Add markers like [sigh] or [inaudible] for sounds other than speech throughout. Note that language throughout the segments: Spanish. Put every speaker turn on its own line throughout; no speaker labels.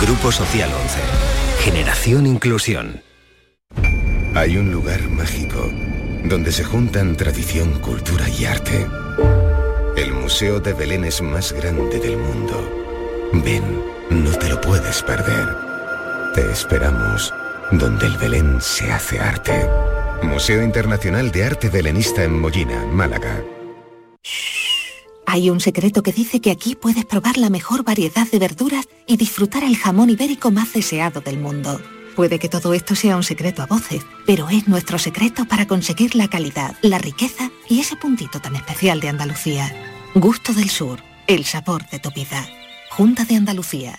Grupo Social 11. Generación Inclusión.
Hay un lugar mágico donde se juntan tradición, cultura y arte. El Museo de Belén es más grande del mundo. Ven, no te lo puedes perder. Te esperamos donde el Belén se hace arte. Museo Internacional de Arte Belenista en Mollina, Málaga.
Hay un secreto que dice que aquí puedes probar la mejor variedad de verduras y disfrutar el jamón ibérico más deseado del mundo. Puede que todo esto sea un secreto a voces, pero es nuestro secreto para conseguir la calidad, la riqueza y ese puntito tan especial de Andalucía. Gusto del Sur, el sabor de tu vida. Junta de Andalucía.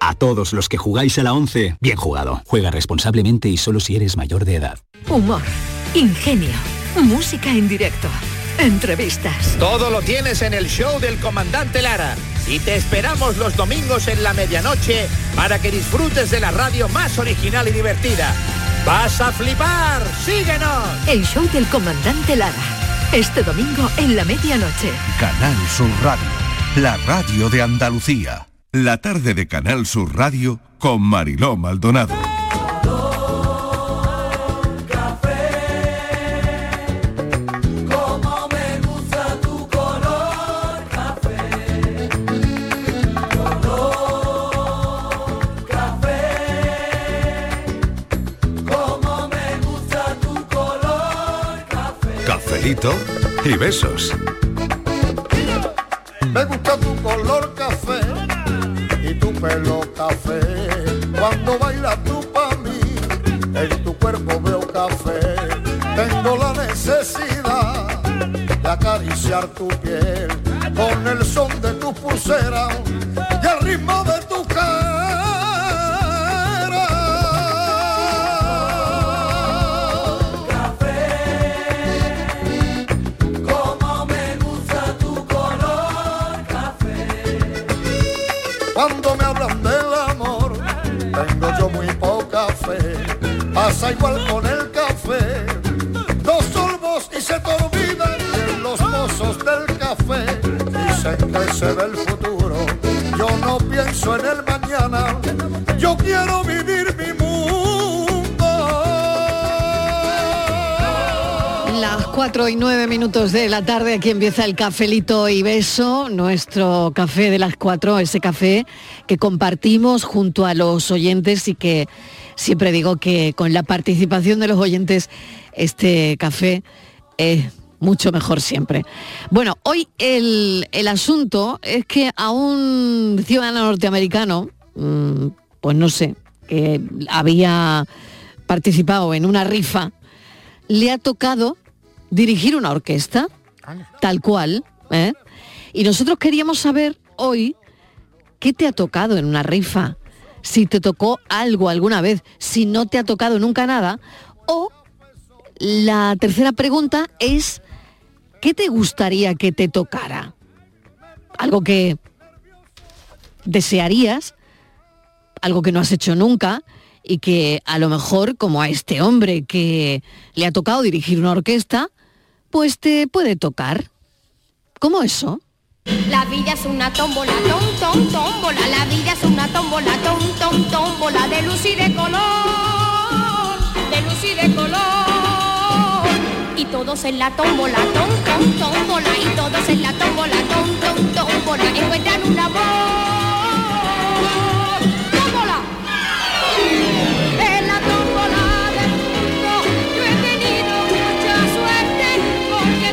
A todos los que jugáis a la 11, bien jugado. Juega responsablemente y solo si eres mayor de edad.
Humor, ingenio, música en directo, entrevistas.
Todo lo tienes en el show del comandante Lara. Y te esperamos los domingos en la medianoche para que disfrutes de la radio más original y divertida. ¡Vas a flipar! ¡Síguenos!
El show del comandante Lara. Este domingo en la medianoche.
Canal Sur Radio, la radio de Andalucía. La tarde de Canal Sur Radio con Mariló Maldonado.
Como me gusta tu color café, color café. Como me gusta tu color café.
Cafelito y besos.
Me gusta tu color café y tu pelo café. Cuando bailas tú para mí, en tu cuerpo veo café. Tengo la necesidad de acariciar tu piel con el son de tu pulsera y el ritmo de tu cara.
Como me gusta tu color
Cuando me hablan del amor, tengo yo muy poca fe. Pasa igual con el café. Dos sorbos y se te olvidan de los mozos del café. Dicen que se ve el futuro. Yo no pienso en el mañana. Yo quiero vivir mi
Las 4 y 9 minutos de la tarde, aquí empieza el cafelito y beso, nuestro café de las 4, ese café que compartimos junto a los oyentes y que siempre digo que con la participación de los oyentes este café es mucho mejor siempre. Bueno, hoy el, el asunto es que a un ciudadano norteamericano, mm, pues no sé, que había participado en una rifa, le ha tocado dirigir una orquesta, tal cual. ¿eh? Y nosotros queríamos saber hoy qué te ha tocado en una rifa, si te tocó algo alguna vez, si no te ha tocado nunca nada. O la tercera pregunta es, ¿qué te gustaría que te tocara? Algo que desearías, algo que no has hecho nunca, y que a lo mejor, como a este hombre que le ha tocado dirigir una orquesta, pues te puede tocar. ¿Cómo eso?
La vida es una tómbola, tom, tom, tómbola. La vida es una tómbola, tom, tom, tómbola. De luz y de color, de luz y de color. Y todos en la tómbola, tom, tom, tómbola. Y todos en la tómbola, tom, tom, tómbola. Encuentran un amor. Tómbola. En la tómbola del mundo yo he tenido mucha suerte.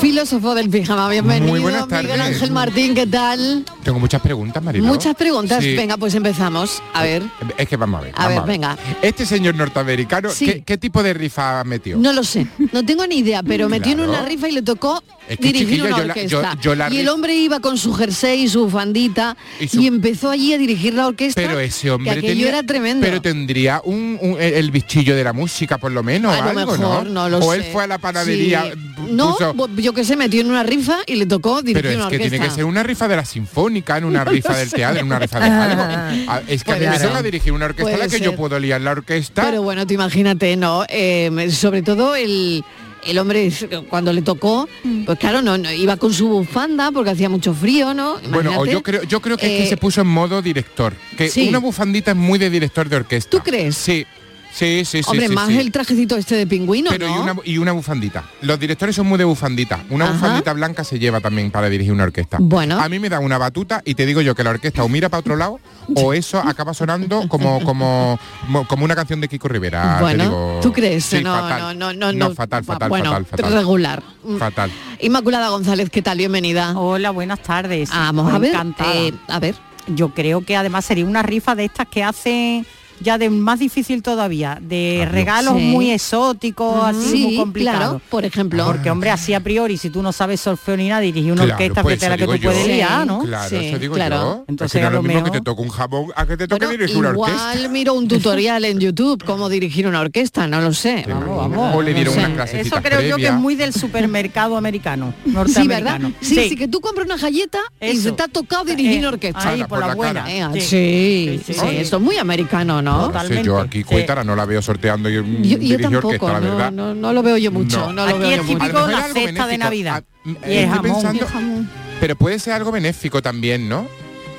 filósofo del pijama. Bienvenido,
Muy buenas
Miguel
tardes.
Ángel Martín, ¿qué tal?
Tengo muchas preguntas, Marilo.
Muchas preguntas.
Sí.
Venga, pues empezamos. A ver,
Es que vamos a ver.
a
vamos
ver,
a ver.
venga.
Este señor norteamericano,
Sí.
¿qué, qué tipo de rifa metió?
No lo sé, no tengo ni idea, pero metió en
Claro.
una rifa y le tocó
Es que,
dirigir
chiquillo,
una
yo la- yo-
orquesta.
yo la
y el
rif-
hombre iba con su jersey y su fandita y,
Y su-
empezó allí a dirigir la orquesta.
Pero ese hombre
que aquello
tenía-
era tremendo.
Pero tendría un, un- el el bichillo de la música, por lo menos,
a lo
algo,
mejor,
¿no?
no lo
o
sé.
él fue a la panadería.
Sí.
pu-
No,
puso-
bo- yo que sé, metió en una rifa y le tocó dirigir
pero es
una
que
orquesta.
tiene que ser una rifa de la sinfónica, en una
No
rifa
lo
del
sé.
teatro, en una rifa de
[laughs]
algo. Ah, es que
Pues
a mí me
claro.
toca dirigir una orquesta a la
Puede
que
ser.
yo puedo liar la orquesta.
Pero bueno, tú imagínate, ¿no? Eh, sobre todo el, el hombre, es- cuando le tocó, pues claro, no, no, iba con su bufanda porque hacía mucho frío, ¿no?
Bueno, o
Imagínate.
yo creo, yo creo que es
Eh,
que se puso en modo director. Que
sí.
una bufandita es muy de director de orquesta. ¿Tú crees? Sí, sí, sí, sí.
Hombre,
sí,
más
sí.
el trajecito este de pingüino,
Pero
¿no?
y, una, y una bufandita. Los directores son muy de bufandita. Una
Ajá.
bufandita blanca se lleva también para dirigir una orquesta.
Bueno.
A mí me da una batuta y te digo yo que la orquesta o mira para otro lado
[laughs]
o eso acaba sonando como como mo- como una canción de Kiko Rivera. te
Bueno,
digo.
¿tú crees?
Sí,
No,
fatal.
no, no, no, no.
fatal, fatal,
Bueno,
fatal, fatal.
regular.
Fatal.
Inmaculada González, ¿qué tal? Bienvenida. Ah,
Hola, buenas tardes.
Vamos a ver.
Encantada.
eh, a ver.
Yo creo que además sería una rifa de estas que hacen ya de más difícil todavía, de regalos
Ah, Sí.
muy exóticos,
Ujú.
así
Sí,
muy complicados.
claro, por ejemplo.
Porque hombre, así a priori, si tú no sabes solfeo ni nada, dirigir una
Claro,
orquesta
pues
frente a la
eso
que tú
digo yo.
puedes liar, ¿no?
Claro, eso digo yo.
Entonces, a
Entonces, no es
lo
lo mismo que
mejor-
te toque un jabón a que te toque dirigir una orquesta.
Igual miro un tutorial en YouTube cómo dirigir una orquesta, no lo sé. Vamos, vamos,
O le
no
dieron
sé.
unas clasecitas
Eso creo yo que es
previas.
muy del supermercado americano,
Sí, ¿verdad?
norteamericano. Eh,
Sí, sí, que tú compras una galleta y se te ha tocado dirigir una orquesta.
ahí, por la buena.
Eh,
Ah, Sí.
sí, sí,
Sí, sí.
eso es muy americano, ¿no?
No sé, yo aquí Cuétara no la veo sorteando y mm,
Yo, yo
dirigir
tampoco,
orquesta, la
no,
verdad.
no, no lo veo yo mucho. No,
No.
lo
Aquí
veo
es
yo mucho.
típico A lo mejor la algo cesta de benéfico. Navidad.
Y el
estoy
jamón.
pensando-
El jamón.
Pero puede ser algo benéfico también, ¿no?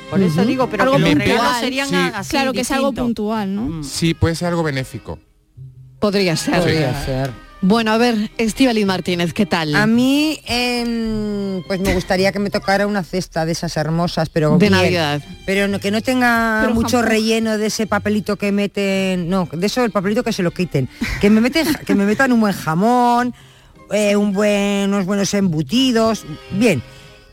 Por eso digo, pero
Algo
que los
puntual.
regalos serían
Sí.
a- así,
Claro que es algo
distintos.
puntual, ¿no?
Sí, puede ser algo benéfico.
Podría ser.
Podría ser.
Bueno, a ver, Estivaliz Martínez, ¿qué tal?
A mí, em, pues me gustaría que me tocara una cesta de esas hermosas, pero
De
bien.
Navidad.
Pero no- que no tenga
Pero
mucho
jamón.
relleno de ese papelito que meten, no, de eso el papelito que se lo quiten. Que me meten, que me metan un buen jamón, eh, un buen, unos buenos embutidos, bien.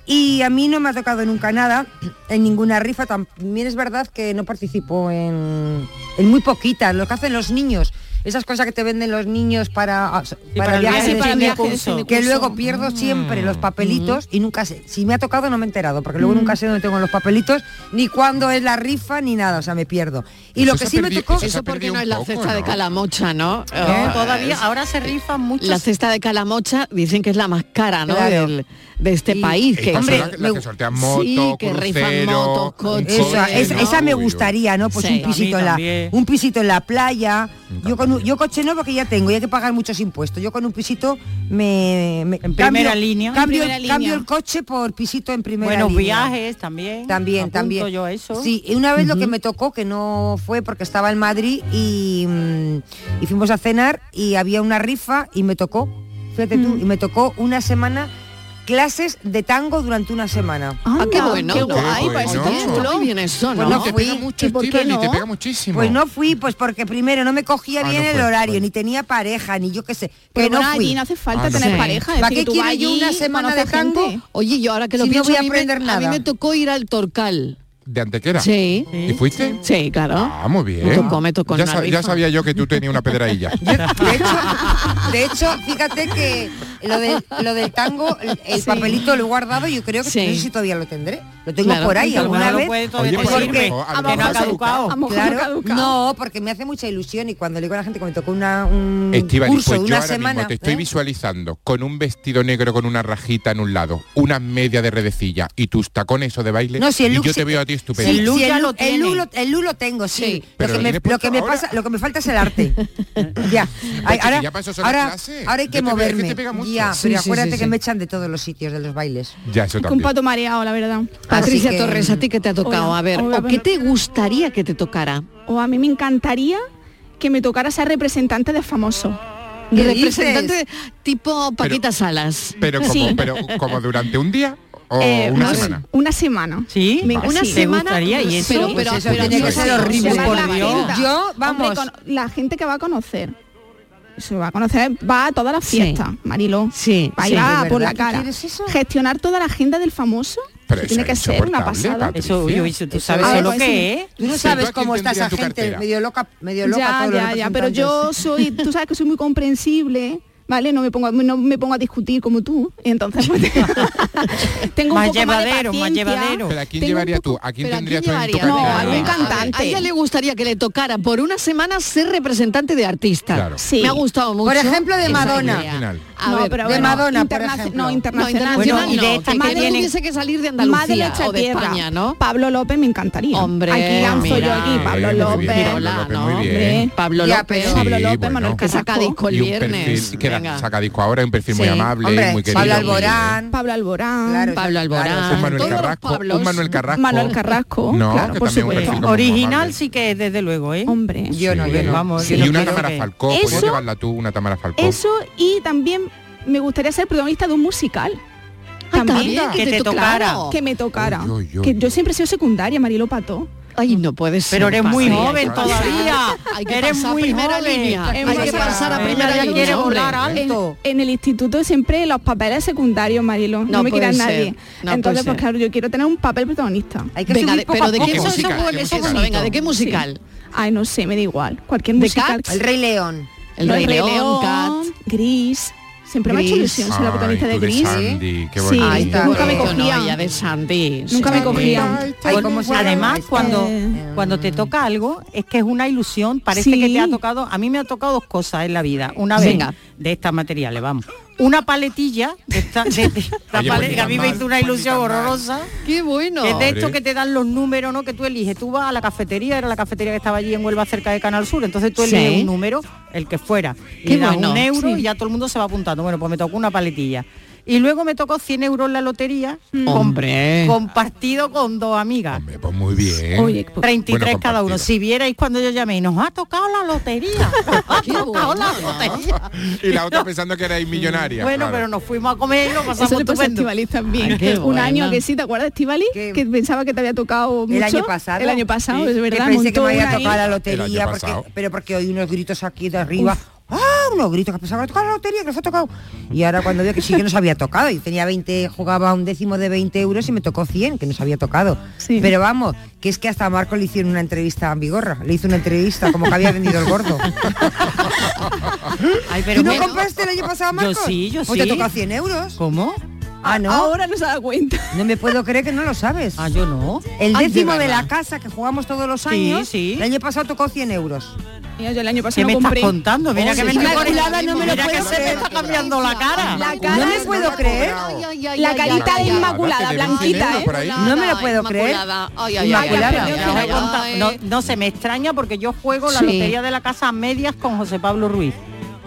Y a mí no me ha tocado nunca nada, en ninguna rifa. También es verdad que no participo en, en muy poquitas, lo que hacen los niños. Esas cosas que te venden los niños para,
para el viaje de fin de curso.
que luego pierdo
Mm.
siempre los papelitos y nunca sé, si me ha tocado no me he enterado, porque luego nunca sé dónde tengo los papelitos, ni cuándo es la rifa, ni nada, o sea, me pierdo. Y
Pues
lo que sí me tocó...
Eso porque no es la cesta de calamocha, ¿no? Ah,
¿Eh?
Todavía, ahora se rifan muchos.
La cesta de calamocha dicen que es la más cara, ¿no?
Claro.
Del- de este país.
Estas son las que- las que sortean moto,
sí, que rifan
crucero,
motos,
un coche,
coches.
Esa, esa- esa me gustaría, ¿no? Pues
Sí.
un pisito en la,
También.
un pisito en la playa. Yo con un- yo coche no porque ya tengo, ya hay que pagar muchos impuestos. Yo con un pisito me, me en
primera línea.
Cambio,
En primera
cambio
línea.
el coche por pisito en primera
Buenos
línea.
viajes también.
También,
apunto
también.
yo eso.
Sí, y una vez lo que me tocó, que no fue porque estaba en Madrid y, mm, y fuimos a cenar y había una rifa y me tocó, fíjate tú, y me tocó una semana clases de tango durante una semana.
Ah, qué bueno, qué guay,
para
parece que está muy bien eso, ¿no?
Pues no fui. ¿Y por qué
Estíbaliz, te
no?
pega muchísimo.
Pues no fui, pues porque primero no me cogía
Ah,
bien
no
el
fue,
horario, ni tenía pareja, ni yo qué sé.
Pero
que no
bueno,
fui.
allí no hace falta Ah, no. tener Sí. pareja, es
¿Para
decir,
qué
tú
quiero
vas
yo
allí,
una semana de
conoces
tango?
gente.
Oye, yo ahora que lo
Si no
pienso,
voy a
a, mí
aprender
me, a
nada.
mí me tocó ir al Torcal.
¿De Antequera?
Sí.
¿Y fuiste?
Sí, claro.
Ah, muy bien.
Me tocó, me tocó en
ya,
una
sa- ya
rifa.
sabía yo que tú tenías una pedradilla.
De hecho, fíjate que lo, de- lo del tango, el el
Sí.
papelito lo he guardado, yo creo que
Sí.
no sé si todavía lo tendré. Lo tengo
Claro,
por ahí
a lo
alguna
mejor lo
vez.
puede todavía Oye, pues, tener,
porque
a lo mejor- a lo que no ha
Claro,
caducado. a lo mejor no ha
claro,
caducado.
No, porque me hace mucha ilusión y cuando le digo a la gente que me tocó una, un
Estíbaliz,
Mm, curso
pues yo
de una
ahora
semana.
mismo te estoy
¿eh?
visualizando con un vestido negro con una rajita en un lado, una media de redecilla y tus tacones o de baile.
No, si el
y
look
yo
sí-
te veo a ti estupendo.
Sí, sí, el, look- el look lo- el look lo tengo, sí. Lo,
Pero
que
lo
me,
tienes
lo que me pasa, lo que me falta es
[laughs]
el arte. ya. Ay,
chiquilla,
ahora,
para eso son las
ahora,
clases.
ahora hay que
Yo te veo, es que
moverme.
te pega mucho.
Ya,
Sí,
pero
sí,
acuérdate
sí,
que
sí.
me echan de todos los sitios de los bailes.
Ya, eso
también.
Un pato mareado, la verdad.
Patricia
que-
Torres, ¿a ti qué te ha tocado?
Hola.
a ver,
Hola,
¿o qué te gustaría que te tocara?
O a mí me encantaría que me tocara ser representante de famoso.
¿Qué Representante dices? tipo Paquita Salas.
Pero como, pero como durante un día o
[laughs] Eh,
una
más-
semana.
Una semana.
Sí,
Me- Vale. una
semana, gustaría? ¿Y eso?
Pero,
Pues
pero,
eso
pero
tiene que
eso
ser
no,
horrible,
se llama
por
la
Dios.
venta.
Yo,
Hombre,
vamos.
con- la gente que va a conocer. se va a conocer, va a todas las fiestas, Marilo.
Sí.
Va, y
sí,
va
¿de
por
verdad
la
que
cara.
quieres
Gestionar toda la agenda del famoso. eso
Pero eso
tiene
es
que ser una
insoportable,
pasada.
Patricia. Eso, uy, uy, eso tú sabes
Algo
lo
así.
que
¿Eh?
es.
Tú no
Sí,
sabes
¿tú a
cómo
quién
está esa
tendrías en tu
gente,
cartera?
medio loca, medio loca.
ya,
todos los
ya, ya, pero yo
representantes.
soy, tú sabes que soy muy comprensible, ¿vale? No me pongo, a- no me pongo a discutir como tú, y entonces pues, tengo un
Más
poco
llevadero, más
más de paciencia.
llevadero.
Pero ¿a quién
Tengo un
llevaría tú? ¿A quién
¿Pero a
tendrías
quién
tú en tu
llevarías?
cartera?
No,
algún
A ella le gustaría que le tocara por una semana ser representante de artista.
Claro. Sí.
Me ha gustado mucho.
Por ejemplo, de
esa
Madonna.
idea.
Original.
A
No,
ver,
pero
de
bueno,
Madonna, por
internaci-
ejemplo.
No, internacional.
No, internacional
Bueno, y de
no,
estas
que
que
no
vienen-
tuviese que salir de
Madre
Andalucía
hecha
o de
tierra.
España, ¿no?
Pablo López me encantaría.
Hombre,
aquí lanzo yo
mira.
aquí, Pablo
Muy bien,
López.
Pablo López, muy
hombre.
bien.
Pablo
Ya,
López.
pero- Pablo López, Manuel
que saca disco el
Y un
viernes.
perfil que era-
Venga.
saca disco ahora, es un perfil muy
Sí.
amable,
Hombre,
muy querido.
Pablo
muy bien.
Alborán.
Pablo Alborán.
Pablo Alborán.
Un Manuel
todos los
Carrasco,
Pablos.
un Manuel Carrasco.
Manuel Carrasco.
No,
claro,
que
por
también un perfil
supuesto.
como
Original
amable.
sí que es, desde luego, ¿eh?
Hombre.
Yo no, yo no.
Vamos,
Sí,
yo no
y una
quiero
Tamara
que-
Falcó, podrías
Eso-
llevarla tú, una Tamara Falcó.
Eso y también me gustaría ser protagonista de un musical.
Ah, también, que
Que
te
te
tocara.
tocara.
Que me tocara.
Uy, uy, uy,
que yo
uy.
siempre he sido secundaria, Marilo Pato.
Ay, no puede ser.
Pero eres muy
Pasea.
joven
claro.
todavía.
Hay que
Eres
pasar a
muy
primera
joven.
línea.
Es
Hay
muy
que
joven.
pasar a
Ella
primera
ya
línea,
quiere
hombre.
volar
En,
alto.
en el instituto siempre los papeles secundarios, Marilo. No,
No
me
puede
quiere
ser,
nadie.
no
Entonces,
puede
pues
ser.
claro, yo quiero tener un papel protagonista.
Hay que
Venga,
subir
de-
poco a
pero de
poco.
qué,
¿Qué
eso,
música?
eso-
¿Qué
eso
música?
bonito. Venga, ¿de qué musical?
Ay, no sé, me da igual. Cualquier
¿De
musical.
Cats?
El Rey León.
El Rey León, Cats.
Gris. Siempre me ha hecho
Gris.
ilusión ser la protagonista
Ay,
de
tú de
Gris.
Sandy, qué
Sí,
bonito.
Ay,
Está
nunca me
bonito, no,
cogían.
ella de Sandy.
Nunca me
sí.
cogían.
Ay,
Con-
cómo este. se llama
además
esta?
cuando
Eh.
cuando te toca algo es que es una ilusión parece que
Sí.
te ha tocado a mí me ha tocado dos cosas en la vida una vez
Venga.
de estas materiales vamos una paletilla de
[laughs]
esta, de- de- la
Oye,
paleta-
pues ni
que a
tan
mí me
mal,
hizo una
pues ni
ilusión
tan mal.
horrorosa
Qué bueno.
que es de esto
Hombre.
que te dan los números, ¿no? Que tú eliges. Tú vas a la cafetería, era la cafetería que estaba allí en Huelva cerca de Canal Sur. Entonces tú eliges
Sí.
un número, el que fuera.
Qué
y das
bueno.
un euro
Sí.
y ya todo el mundo se va apuntando. Bueno, pues me tocó una paletilla. Y luego me tocó 100 euros en la lotería. com-
Mm. Hombre.
Compartido con dos amigas.
Hombre, pues muy bien.
Oye, pues-
33
Bueno,
cada uno.
compartido.
Si vierais cuando yo llamé, nos ha tocado la lotería. Nos
[laughs]
ha
Qué
tocado la
bueno, ¿no?
lotería.
y la otra pensando que erais millonaria.
Bueno,
claro.
pero nos fuimos a comer y lo pasamos
Eso le pasa a
estupendo.
Estivaliz también.
Ay, qué
un
buena.
año que sí, ¿te acuerdas, Estivali?
¿Qué?
Que pensaba que te había tocado mucho.
año pasado.
El año pasado,
Sí.
es
Que
verdad.
pensé que
montó
me había
una ahí.
tocado la
El año
lotería, porque-
pasado.
pero porque oí unos gritos aquí de arriba. ¡Ah! Unos gritos que pensaba que tocado la lotería, que nos ha tocado. Y ahora cuando veo que sí que nos había tocado. Yo tenía 20, jugaba un décimo de 20 euros y me tocó 100, que nos había tocado.
Sí.
Pero vamos, que es que hasta a Marco le hicieron una entrevista a Vigorra. Le hizo una entrevista, como que había vendido el gordo.
Ay, pero
¿Tú no
bueno.
compraste el año pasado,
Yo
Marcos?
sí, yo
Pues te
sí.
tocó 100 euros.
¿Cómo?
Ah, no.
Ahora no se da cuenta.
No me puedo creer que no lo sabes.
Ah, yo no.
El
Ay, de
décimo de,
verdad.
la casa que jugamos todos los
Sí,
años,
sí.
el año pasado tocó 100 euros.
Mira, yo el año pasado
¿Qué
Pues no
me
compré.
estás
Oh,
contando? Mira que
Una
me estoy poniendo-
culada no me lo
mira que
puedo
se me
creer.
está cambiando la cara.
La cara
no me
es-
puedo creer.
Ay, ay, ay,
La
ay,
carita
ay,
de
ay.
Inmaculada,
Inmaculada,
blanquita,
tenemos por
¿eh?
ahí.
No me lo puedo creer.
Inmaculada. Ay, ay, ay, ay,
Inmaculada.
ay,
Ya
ay,
os he
ay,
contado.
ay.
No, no se me extraña porque yo juego la
Sí.
lotería de la casa a medias con José Pablo Ruiz.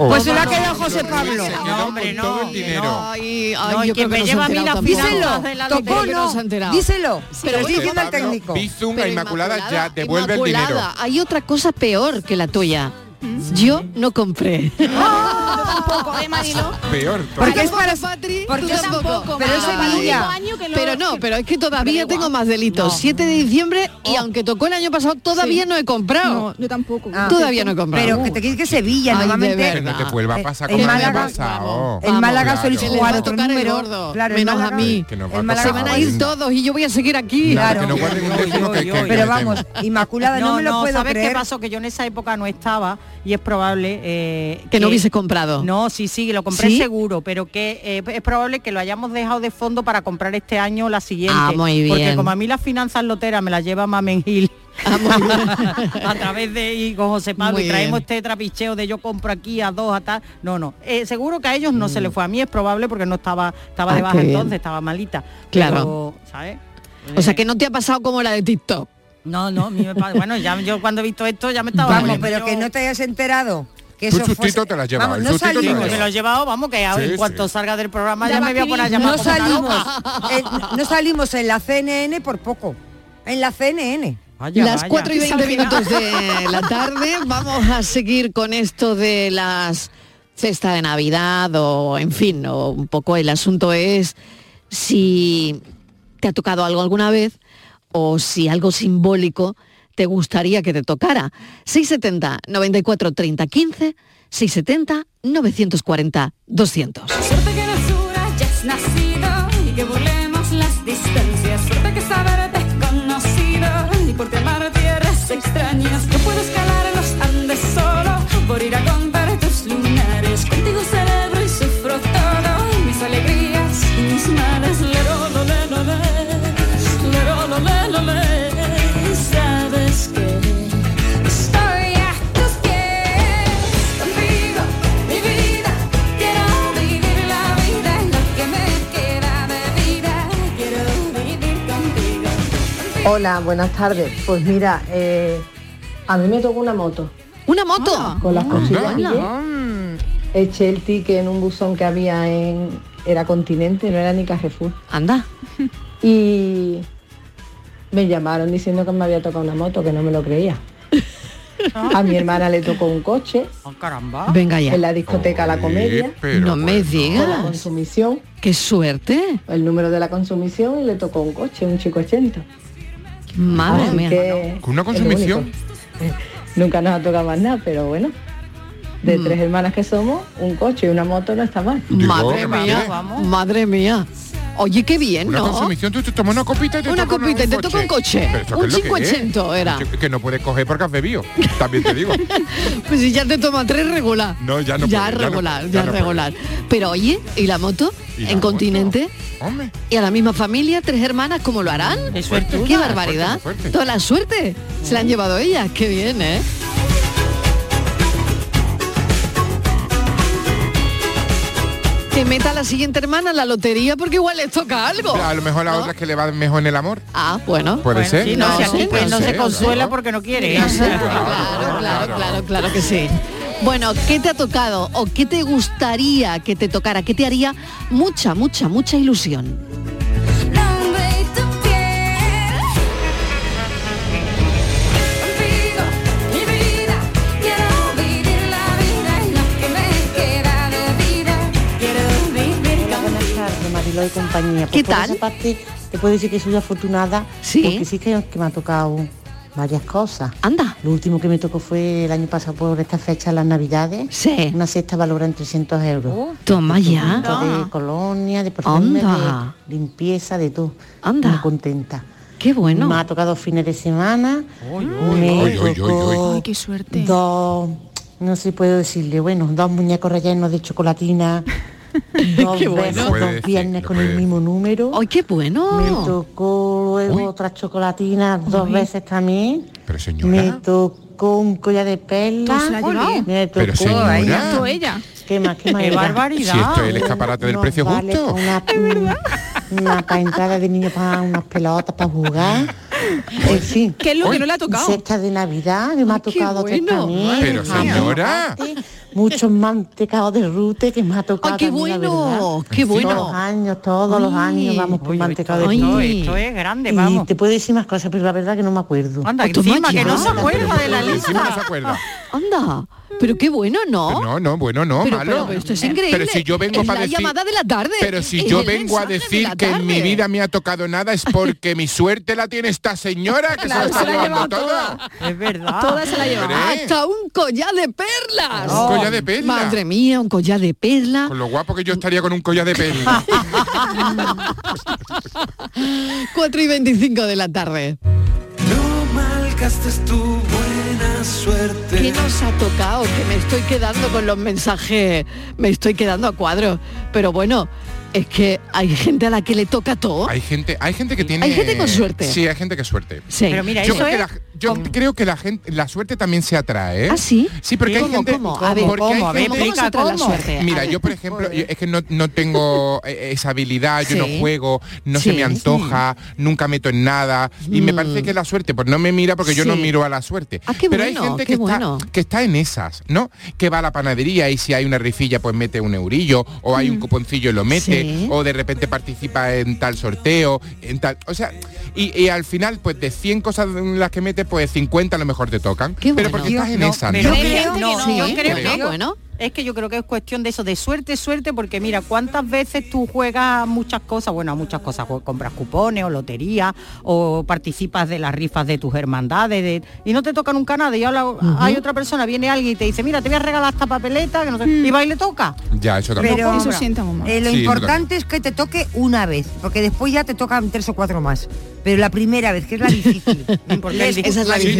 Oh,
Pues se lo ha
no,
quedado
no,
José
no,
Pablo.
se quedó
No, hombre,
con
no,
todo el
que
dinero.
Ay, ay,
No, y
yo
quien
creo que
me
no se
lleva a
ha
mí
enterado
la
tampoco.
final.
Díselo,
de la
tocó
lotería que
no,
nos ha enterado. Pero
díselo, se lo estoy
José
diciendo al
Pablo,
técnico.
Bizum a
Pero
Inmaculada, ya devuelve el dinero.
Hay otra cosa peor que la tuya. Yo no compré. [laughs]
Tampoco, ¿eh, Marilo?
Peor.
Porque es
Tampoco,
para...
Patri,
porque
tú
es- pero es
Marta.
Sevilla.
Pero no, pero es que todavía tengo más delitos. 7 de diciembre y
Oh.
aunque tocó el año pasado, todavía
Sí.
no he comprado.
No, yo tampoco.
Ah.
Todavía no he comprado.
Pero que te quieres que Sevilla,
Ay, de
Que
normalmente... Eh,
verdad.
no te vuelva
Eh,
a pasar
En
como el año
Málaga-
pasado.
En Málaga
Claro.
soléis
Que les
jugar
va a
otro
tocar el
número.
gordo,
en
menos a
Málaga-
mí.
Que nos va a
en Málaga
Se
tocar
van a
Ay,
ir
no.
todos y yo voy a seguir aquí.
Claro,
Claro.
que no guarden un décimo Pues que, que- que
Pero
le
vamos,
temo.
Inmaculada, no, me lo puedo
¿sabes
creer.
qué pasó? Que yo en esa época no estaba y es probable eh,
Que no hubiese comprado.
No, sí, sí, lo compré
¿Sí?
seguro, pero que eh, es probable que lo hayamos dejado de fondo para comprar este año o la siguiente.
Ah, muy bien.
Porque como a mí las finanzas loteras me las lleva Mamen Gil.
Ah, muy bien.
[laughs] a través de y con José Pablo
Muy
y traemos
bien.
este trapicheo de yo compro aquí a dos a tal no no Eh, seguro que a ellos no se le fue a mí es probable porque no estaba estaba
Mm. Ah,
de baja
qué bien.
entonces estaba malita
Claro.
Pero, ¿sabes? Eh.
O sea que no te ha pasado como la de TikTok.
No, no, a mí me pa- bueno, ya yo cuando he visto esto ya me estaba
Vamos,
volviendo
pero
yo-
que no te hayas enterado. Que
Tú
eso
el sustito
fuese-
te lo has llevado,
Vamos,
el
no
sustito te lo has
Sí,
salimos.
me lo he llevado, vamos, que ahora
Sí,
en cuanto
sí.
salga del programa
Ya
ya
va
me voy a poner a
escribiendo.
llamar
No
como una
salimos,
loca.
[laughs] eh, no salimos en la CNN por poco. En la CNN.
Vaya,
las
vaya.
4 y 20
Esa final.
minutos de la tarde vamos a seguir con esto de las cesta de Navidad o en fin, o un poco el asunto es si te ha tocado algo alguna vez o si algo simbólico te gustaría que te tocara. 670 94 30 15 670 940 200.
Suerte que en ya has nacido y que burlemos las distancias. Suerte que saberte es conocido y por amar tierras extrañas. No puedo escalar los Andes solo por ir a comprar tus lunares. Contigo celebro y sufro todo, mis alegrías y mis males. Lero, lo, le, lo, le. Lero, lo, le, lo, le. Sabes que estoy a tus pies. Contigo, mi vida. Quiero vivir la vida, lo que me queda de vida. Quiero vivir contigo.
Hola, buenas tardes. Pues mira, eh, a mí me tocó una moto.
¿Una moto?
Con las ¿eh? cosillas.
Anda.
pillé. Eché el ticket en un buzón que había en... Era Continente, no era ni Carrefour.
Anda.
[laughs] Y me llamaron diciendo que me había tocado una moto, que no me lo
[laughs]
creía. A mi hermana le tocó un coche.
Ah, Caramba.
Venga ya.
Ah, En la discoteca La Comedia.
no me digas.
Con la consumición.
Qué suerte.
El número de la consumición y le tocó un coche, un chico 80.
Madre
Así
mía.
que
¿Con una
es lo
consumición?
único. Nunca nos ha tocado más nada, pero bueno. De
Mm.
tres hermanas que somos, un coche y una moto no está mal.
Madre mía, madre mía. Oye, qué bien,
Una
¿no?
consumición, tú te tomas una copita y te
Una
toca
copita y te toca un coche.
Pero esto
Un
qué es lo que es.
580 era. [laughs]
Que, que no puedes coger porque has bebido. También te digo.
Pues si ya te toma tres regular.
No, ya no
ya
puedes, ya no
regular,
puedes,
ya,
ya no
regular. Pero oye, ¿y la moto?
¿Y la
en
moto?
continente. Y a la misma familia, tres hermanas, ¿cómo lo harán? Qué
suerte.
Qué
Fuerte,
barbaridad.
fuerte, fuerte.
Toda la suerte se la han llevado ellas. Qué bien, ¿eh? Que meta a la siguiente hermana en la lotería porque igual les toca algo.
A lo mejor la
¿No?
otra es que le va mejor en el amor.
Ah, bueno.
Puede ser.
Sí, no, si aquí pues
puede
no
ser,
se consuela
claro.
porque no quiere. ¿eh?
No
[laughs]
sé, claro, claro, claro, claro que sí. Bueno, ¿qué te ha tocado o qué te gustaría que te tocara? ¿Qué te haría mucha, mucha, mucha ilusión?
Dame tu piel. Contigo, mi vida. Quiero vivir la vida y lo que me queda de vida. Quiero vivir contigo.
de Mariló y compañía. Pues
¿Qué
por
tal?
esa parte te puedo decir que soy afortunada porque sí que, que me ha tocado varias cosas.
Anda.
Lo último que me tocó fue el año pasado por esta fecha, las navidades.
Sí. Oh,
Una cesta valora en 300 euros.
Toma ya. Ah.
Productos De colonia, de perfume,
Anda.
de limpieza, de todo.
Anda.
Muy contenta.
Qué bueno.
Me ha tocado fines de semana.
uy, uy, uy, uy. Ay,
qué suerte. Dos, no sé si puedo decirle, bueno, dos muñecos rellenos
[laughs]
de chocolatina. Dos
Qué bueno.
besos,
Lo puede
dos
decir,
viernes con el mismo número.
¡Ay, qué bueno!
Me tocó luego otras chocolatinas dos veces también.
Pero
Me tocó un collar de perlas.
Todo se la ha
Ole.
llevado.
Me tocó
Pero señora. Todo
ella. ¿Qué más, qué más?
Qué
era?
barbaridad. Si esto es el escaparate del
Unos
precio
vales
[laughs]
justo.
para Una, una paentrada de niños para unas pelotas para jugar. En fin.
¿Qué es lo que Hoy. no le ha tocado?
Cesta de Navidad, que me ha tocado tres
bueno.
también.
Pero
jamón,
señora.
aparte, Muchos mantecados de rute que me ha tocado.
Ay, qué
también, la
bueno,
verdad.
qué bueno.
Todos los años, todos los años vamos por mantecado
esto-
de rute.
esto es grande,
Y
vamos.
te puedo decir más cosas, pero la verdad que no me acuerdo.
Anda, encima que no se acuerda de la lista.
Encima no se acuerda.
Anda, pero qué bueno, ¿no?
Pues No, no, bueno, no,
Pero-
malo.
pero- pero esto es increíble.
Eh, Pero si yo vengo
Es
para
la
decir.
llamada de la tarde.
Pero si
Es
yo
el
vengo a
mensaje de
decir
la
que en mi
tarde.
vida me ha tocado nada es porque mi suerte la tiene esta señora que
Claro,
se la está
se la ha
llevando
llevado
toda.
Es verdad.
Toda se la lleva.
Hombre.
Hasta un collar de perlas.
Un collar de perlas.
Madre mía, un collar de perlas.
Con lo guapo que yo estaría con un collar
[laughs]
de perlas.
4 y 25 de la tarde.
No malgastes tu buena suerte.
¿Qué nos ha tocado? Que me estoy quedando con los mensajes, me estoy quedando a cuadros. Pero bueno, es que hay gente a la que le toca todo.
Hay gente, hay gente que tiene.
Hay gente con suerte.
Sí, hay gente que suerte.
Sí. Pero mira,
yo
eso
creo que
es
la, yo creo que la gente, la suerte también se atrae. ¿eh?
¿Ah, sí?
Sí, porque hay
¿Cómo,
gente.
cómo? A ver,
porque hay
¿cómo? A ver,
gente-
explica ¿Cómo se atrae la cómo. suerte? A
Mira,
ver.
yo por ejemplo, yo- es que no, no tengo eh, esa habilidad, yo
Sí.
no juego, no se
Sí. Mm.
me antoja, nunca meto en nada y me parece que la suerte, pues no me mira porque yo no
Sí.
miro a la suerte.
Ah, qué
Pero hay
bueno,
gente
qué
que está
bueno.
que está en esas, ¿no? Que va a la panadería y si hay una rifilla pues mete un eurillo o hay un cuponcillo y lo mete
Sí.
o de repente participa en tal sorteo, en tal, o sea, y, y al final pues de 100 cosas en las que mete pues 50 a lo mejor te tocan, pero porque estás en esas,
Yo creo, no, yo creo que,
bueno.
Es que yo creo que es cuestión de eso, de suerte, suerte, porque mira, cuántas veces tú juegas a muchas cosas, bueno, a muchas cosas, jue- compras cupones o lotería, o participas de las rifas de tus hermandades, de- y no te toca nunca nada. Y ahora hay otra persona, viene alguien y te dice, mira, te voy a regalar esta papeleta, que no sé, y va y le toca.
Ya, eso también.
Pero eh, lo
Sí, eso
importante es que te toque una vez, porque después ya te tocan tres o cuatro más. Pero la primera vez, que es la difícil.
también. Sí,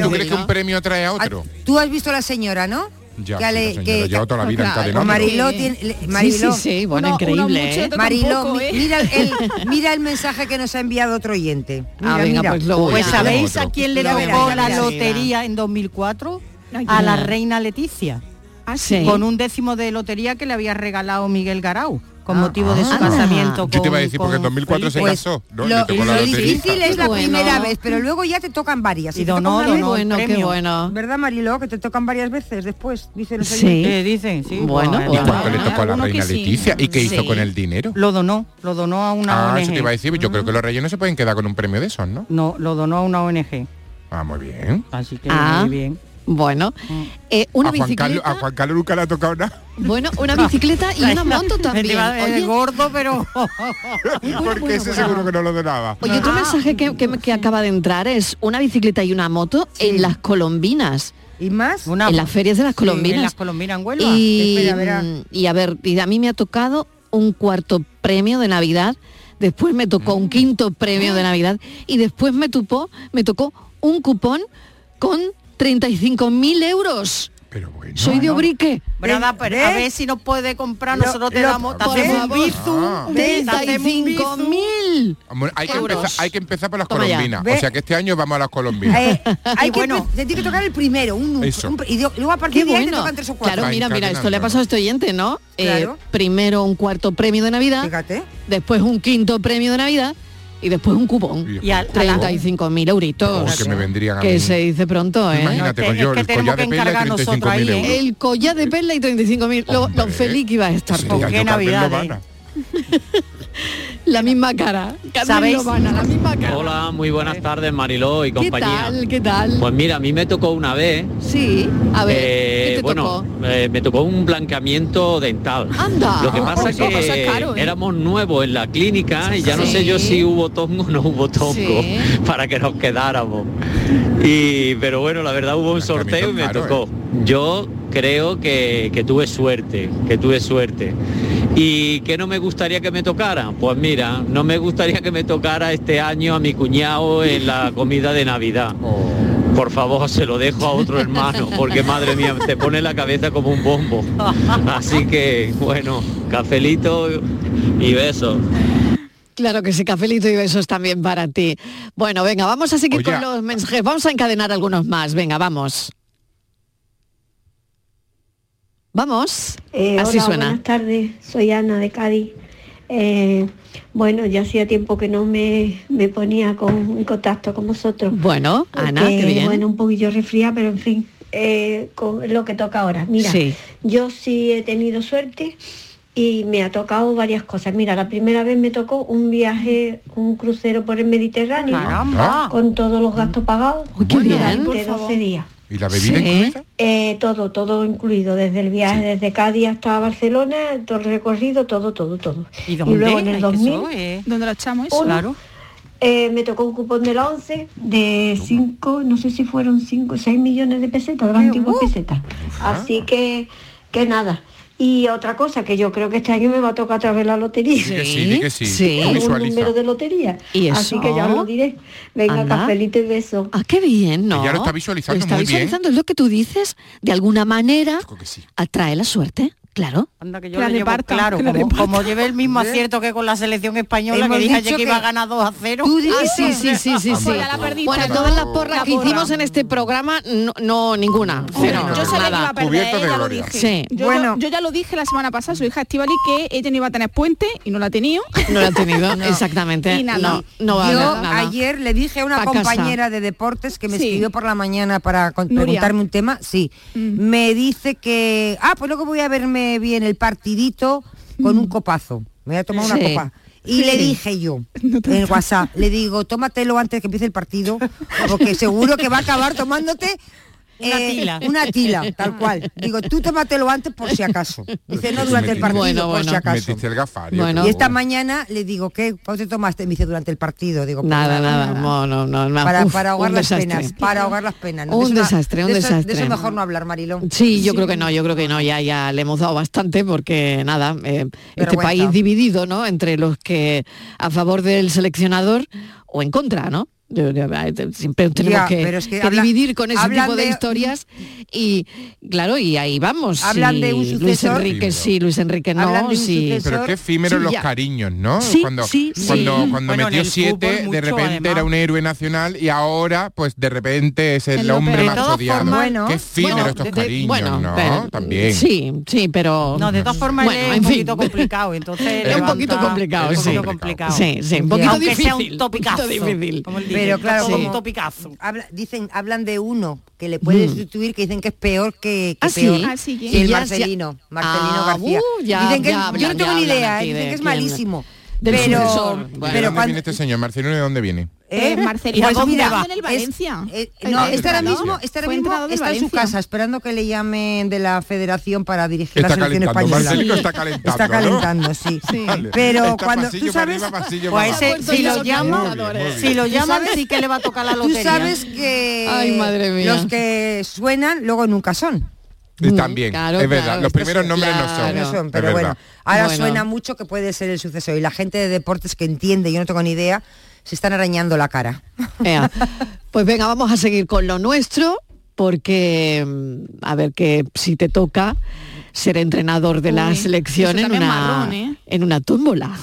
¿tú crees que un premio trae a otro?
Tú has visto a la señora, ¿no?
Ya,
Que ale-
sí, la
Ah, que-
señora lleva toda la vida
claro,
encadenando.
Mariló tiene- le-
Sí,
Mariló.
sí, sí, bueno, Uno- increíble, uno ¿eh? mucheto
Mariló,
tampoco,
mi-
¿eh?
mira, el, mira el mensaje que nos ha enviado otro oyente. Mira,
Ah, venga,
mira.
pues lo voy
Pues
a-
¿sabéis a quién le
Lo
tocó
verás,
la
ya verás.
lotería en 2004?
Ay,
A la
ya.
reina Leticia.
Ah,
sí.
Con un décimo de lotería que le había regalado Miguel Garau con motivo de su
Ah.
casamiento.
Yo te iba a
con-
decir, porque en 2004 se
Felipe.
casó. ¿no?
Lo,
Le tocó la
lo
lotería.
difícil es la
Bueno.
primera vez, pero luego ya te tocan varias.
Y
te tocan
donó,
una vez,
donó el Bueno, qué premio.
bueno.
¿Verdad, Mariló? Que te tocan varias veces después, dicen los
Sí.
oyentes.
Eh, dicen, sí,
Bueno,
pues,
¿Y cuánto
ah,
le tocó a la
alguno que
reina
sí.
Leticia? ¿Y qué hizo
Sí.
con el dinero?
Lo donó, lo donó a una
Ah,
ONG.
eso te iba a decir. Yo creo que los reyes no se pueden quedar con un premio de esos, ¿no?
No, lo donó a una ONG.
Ah, muy bien.
Así que
Ah,
muy bien. Mm.
Bueno,
[laughs]
eh, una
a, Juan Carlos,
bicicleta,
a Juan Carlos nunca le ha tocado nada.
bueno, una bicicleta y [laughs] una moto
Te
[laughs]
también.
iba a- es
Oye,
gordo, pero...
Porque ese seguro que no lo donaba.
Oye,
Ah.
otro mensaje que, que me- que acaba de entrar es una bicicleta y una moto en las Colombinas.
¿Y más?
en las ferias de las
Sí, en
Colombinas.
las Colombinas, en Huelva.
Y, mm,
Espera, verá.
y a ver, y a mí me ha tocado un cuarto premio de Navidad, después me tocó
Mm.
un quinto premio
Ah.
de Navidad y después me, tupó, me tocó un cupón con 35.000 euros. Soy de Obrique.
Brada, pero a
¿Ves?
ver si nos puede comprar,
¿Eh? Lo-
nosotros te
lo-
damos, te
por
hacemos un
favor.
bizu,
Ah.
te hacemos un bizu.
35.000.
Bueno, hay, que
Euros.
empezar, hay que empezar por las
Toma ya.
colombinas.
Ve.
O sea que este año vamos a las colombinas.
Eh, hay que empe- te tiene que tocar el primero, un, un-
Eso.
un- y de- luego a partir
Qué
de ahí te
bueno.
tocan tres o cuatro.
Claro, mira, mira, esto le ha
encadenando,
pasado a este oyente, ¿no? Eh,
Claro.
primero un cuarto premio de Navidad, después un quinto premio de Navidad y después un cupón.
Y al- a la-
35.000 euritos.
Oh, que me vendrían a
Que
mí.
se dice pronto, ¿eh?
Imagínate, con yo, el collar de perla y 35.000 euros.
El collar de perla y 35.000. Lo, lo feliz que iba a estar.
Pues
Sería yo Carmen
eh.
Lobana.
La misma cara. Carmen
¿Sabéis?
Lobana, la misma cara.
Hola, muy buenas tardes Mariló y
eh. ¿Qué
compañía.
tal? ¿Qué tal?
Pues mira, a mí me tocó una vez.
Sí, a ver,
eh,
¿qué te
bueno,
tocó?
eh, me tocó un blanqueamiento dental.
Anda.
Lo que
Oh,
pasa
eso- eso
que
es caro, ¿eh?
éramos nuevos en la clínica y ya no sé yo si hubo tongo o no hubo tongo [laughs] para que nos quedáramos. Y pero bueno, la verdad hubo un sorteo y me
caro,
tocó. Yo creo que, que tuve suerte, que tuve suerte. ¿Y qué no me gustaría que me tocara? Pues mira, no me gustaría que me tocara este año a mi cuñado en la comida de Navidad. Por favor, se lo dejo a otro hermano, porque madre mía, te pone la cabeza como un bombo. Así que, bueno, cafelito y besos.
Claro que sí, cafelito y besos también para ti. Bueno, venga, vamos a seguir
Oye.
con los mensajes. Vamos a encadenar algunos más. Venga, vamos. Vamos.
Eh,
Así
hola,
suena.
Buenas tardes, soy Ana de Cádiz. Eh, bueno, ya hacía tiempo que no me, me ponía con, en contacto con vosotros.
Bueno, Ana,
Porque,
qué bien.
Bueno, un poquillo resfriada, pero en fin, eh, con lo que toca ahora. Mira,
Sí.
yo sí he tenido suerte y me ha tocado varias cosas. Mira, la primera vez me tocó un viaje, un crucero por el Mediterráneo,
Caramba.
con todos los gastos pagados, durante 12 días.
¿Y la bebida incluida?
Eh, todo, todo incluido, desde el viaje desde Cádiz hasta Barcelona, todo el recorrido, todo, todo, todo.
¿Y dónde?
luego en
Ay,
el
que
2000,
eso, eh.
¿Dónde lo echamos
uno, eh, me tocó un cupón de la 11 de 5, no sé si fueron 5 o 6 millones de pesetas, de las antiguas pesetas. Así que, que nada. Y otra cosa, que yo creo que este año me va a tocar otra vez la lotería.
Di que sí, di que sí. Tú
Un
visualiza.
número de lotería.
¿Y eso?
Así que ya os lo diré. Venga,
Anda.
cafelito y beso.
Ah, qué bien, ¿no?
Que ya lo está visualizando
Lo está
muy bien.
visualizando, es lo que tú dices, de alguna manera atrae la suerte, claro.
Anda, que yo
Que la
lo llevo
repartan,
claro,
que la
como,
repartan.
como llevé el mismo acierto que con la selección española,
Hemos
que dije ayer
dicho
que iba
que-
a ganar 2 a 0.
Ah, sí, sí, sí, sí, sí. Bueno, todas las porras que hicimos en este programa, no, no, ninguna. Cero,
yo sabía que
nada.
iba a perder, Cubierto de ya lo gloria.
dije.
Sí.
Yo,
bueno,
yo, yo ya lo dije la semana pasada, su hija Estivali, que ella no iba a tener puente y no la ha tenido.
no lo
[laughs]
ha
[laughs]
tenido, exactamente.
Y nada.
No, no va a
Yo
haber nada.
ayer le dije a una
Pa' casa.
compañera de deportes que me
Sí.
escribió por la mañana para con-
Nuria. Mm.
preguntarme un tema, sí, me dice que, ah, pues luego voy a verme bien el partidito con
Mm.
un copazo, me voy a tomar
Sí.
una copa.
Sí.
Y le
[laughs]
dije yo,
te
en
pasa.
[laughs]
WhatsApp, le digo, tómatelo antes que empiece el partido, porque seguro que va a acabar tomándote
Una
eh,
tila.
Una tila, tal cual. Digo, tú tómatelo antes por
[laughs]
si acaso. Dice, no durante el partido, por si acaso.
Metiste el gafario.
y
pero
esta
bueno.
mañana le digo, ¿qué? ¿Cómo te tomaste? Me dice, durante el partido. Digo, pues
Nada, nada, no, no, no, nada.
Para,
Ah, Uf,
para ahogar
un
las
desastre.
penas, para ahogar las penas. ¿no?
Un
De eso na-
desastre, un
de eso-
desastre.
De eso mejor no hablar, Marilón.
Sí, yo creo que no, yo creo que no, ya, ya le hemos dado bastante porque nada, eh, este
Vergüenza.
país dividido, ¿no? Entre los que a favor del seleccionador o en contra, ¿no? Yo- yo- eh, te- Siempre tenemos
Ya,
que,
pero es que
que
habla-
dividir con ese
hablan
tipo de,
de-
historias y claro, y ahí vamos.
Hablan
si
de un
Luis
sucesor.
Enrique sí, Luis Enrique
Hablan
no,
de un
sí.
Pero qué efímero
Sí,
los
ya.
cariños, ¿no?
Sí,
cuando
sí, sí.
cuando, cuando
Bueno, en
metió
el
siete,
fútbol
de
mucho,
repente
además.
era un héroe nacional y ahora, pues de repente es el
En lo
hombre
peor.
más
De todas
odiado.
formas- Bueno.
qué efímero
Bueno,
estos
de- de-
cariños,
bueno,
¿no?
pero-
También.
Sí, sí, pero
No, de todas formas
Bueno,
es
en
un
fin.
poquito
[laughs]
complicado, entonces
Es un poquito
levanta-
complicado,
es un
sí.
poquito complicado.
Sí, sí, un poquito
Aunque sea
difícil,
un topicazo.
un poquito difícil.
como el DJ,
Pero
está
claro,
todo
como-
un topicazo.
habla- dicen, hablan de uno que le puede
Mm.
sustituir, que dicen que es peor que, que
Ah, sí.
peor.
Ah, sí,
Sí,
ya. Y
el
ya-
Marcelino,
ya-
Marcelino
Ah,
García.
uh, ya-
dicen que
ya
es- yo
hablan-
no
ya
tengo ni
hablan
idea,
aquí
dicen
de
que es
quién-
malísimo.
del
pero,
sucesor.
¿De
pero
dónde
cuando,
viene este señor? ¿Marcelino de dónde viene?
¿Eh?
Marcelino
pues
Gómez
mira,
jugando en el
es-
Valencia.
eh,
El
no,
Valencia,
está ahora
¿no?
mismo, está, ahora
Fue
mismo,
entrenador del
está en su
Valencia.
casa esperando que le llamen de la federación para dirigir
Está
la selección
calentando,
española.
Marcelino está calentando,
Está
¿no?
calentando, sí.
[laughs] Vale.
Pero
Está
cuando
pasillo
tú
para
sabes,
arriba, pasillo
Pues
para
ese-
abajo.
si lo llaman,
Muy bien, muy bien.
si lo
¿Tú
llaman
sabes?
sí que le va a tocar la lotería.
Tú sabes que
Ay, madre mía.
los que suenan luego nunca son.
Y también,
claro,
es verdad,
claro,
los primeros nombres no
No
son.
son,
es
pero
verdad.
bueno, ahora
Bueno.
suena mucho que puede ser el suceso y la gente de deportes que entiende, yo no tengo ni idea, se están arañando la cara.
Ea. Pues venga, vamos a seguir con lo nuestro, porque mm, a ver que si te toca ser entrenador de la
Uy,
selección
eso
en
también
una,
marrón, ¿eh?
en una tómbola.